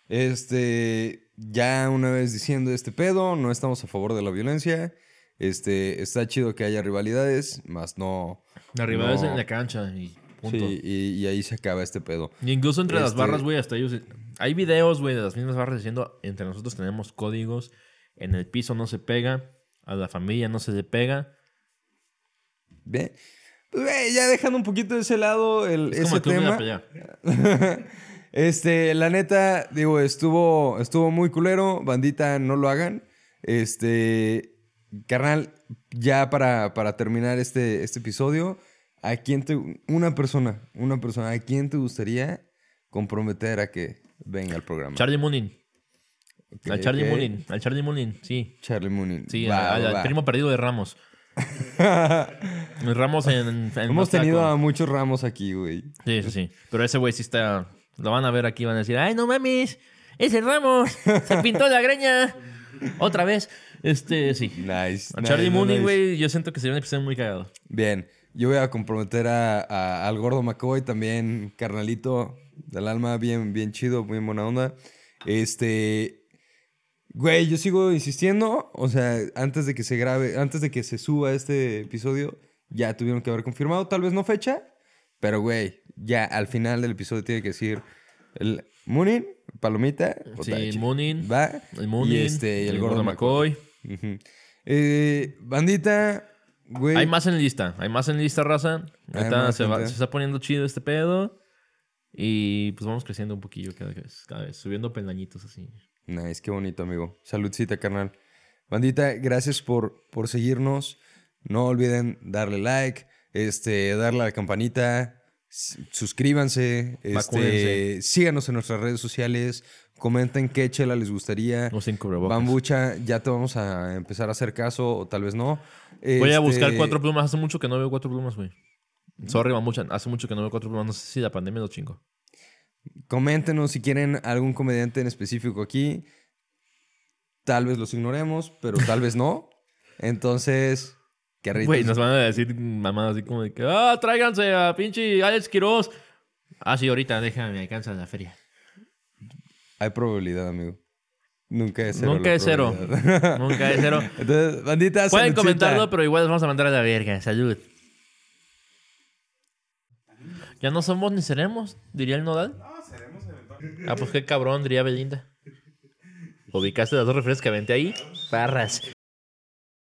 Este, ya una vez diciendo este pedo, no estamos a favor de la violencia. Este, está chido que haya rivalidades, más no.
La rivalidad es
No.
en la cancha y punto.
Sí, y, y ahí se acaba este pedo.
Y incluso entre las
Este-
barras, güey, hasta ellos... Hay videos, güey, de las mismas barras diciendo, entre nosotros tenemos códigos, en el piso no se pega, a la familia no se le pega.
Ve- Güey, ya dejando un poquito de ese lado el,
Es
ese
como el club de la
tema.
pelea.
este, la neta, digo, estuvo, estuvo muy culero. Bandita, no lo hagan. Este, carnal, ya para, para terminar este, este episodio, ¿a quién te, una persona, una persona, ¿a quién te gustaría comprometer a que venga al programa?
Charlie Moonin. Al
Ok,
Charlie
ok.
Moonin. Al Charlie Moonin, sí.
Charlie Moonin.
Sí,
Va,
al- al
va, va.
primo perdido de Ramos. Ramos en... en
Hemos
Mazatlán.
tenido a muchos ramos aquí, güey.
Sí, sí, sí. Pero ese güey sí está. Lo van a ver aquí, van a decir, ¡ay, no mames! ¡Ese Ramos! ¡Se pintó la greña! Otra vez. Este, sí.
Nice.
A
nice,
Charlie
nice,
Mooney,
nice.
güey, yo siento que sería un episodio muy cagado.
Bien, yo voy a comprometer a, a- al gordo McCoy también, carnalito del alma, bien, bien chido, muy buena onda. Este, güey, yo sigo insistiendo, o sea, antes de que se grabe, antes de que se suba este episodio, ya tuvieron que haber confirmado, tal vez no fecha, pero güey, ya al final del episodio tiene que decir el Moonin, Palomita, o
Sí,
Taichi.
Moonin.
va,
El Moonin.
y este, y el, gordo, McCoy.
McCoy.
Ujú. Eh, bandita, güey.
Hay más en lista. Hay más en lista, raza.
Hay
Ahorita
más
se, va-
gente.
se está poniendo chido este pedo. Y pues vamos creciendo un poquillo cada vez. Cada vez subiendo peldañitos así.
Nice, qué bonito, amigo. Saludcita, carnal. Bandita, gracias por, por seguirnos. No olviden darle like, este, darle a la campanita, s- suscríbanse, este,
Vacúnense.
síganos en nuestras redes sociales, comenten qué chela les gustaría.
No sin cubrebocas.
Bambucha, ya te vamos a empezar a hacer caso, o tal vez no.
Voy a
Este,
buscar cuatro plumas. Hace mucho que no veo cuatro plumas, güey. Sorry, Mamuchan. Hace mucho que no veo cuatro plumas. No sé si la pandemia lo chingo.
Coméntenos si quieren algún comediante en específico aquí. Tal vez los ignoremos, pero tal vez no. Entonces, qué rico.
Güey, nos van a decir mamadas así como de que, ah, tráiganse a pinche Alex Quiroz. Ah, sí, ahorita, déjame, me alcanza la feria.
Hay probabilidad, amigo. Nunca es cero.
Nunca
la
es cero.
probabilidad.
Nunca es cero.
Entonces, bandita,
Pueden
saludcita.
comentarlo, pero igual les vamos a mandar a la verga. Salud. Ya no somos ni seremos, diría el Nodal.
No, seremos en el
Ah, pues qué cabrón, diría Belinda. ¿Ubicaste las dos referencias que aventé ahí? Barras.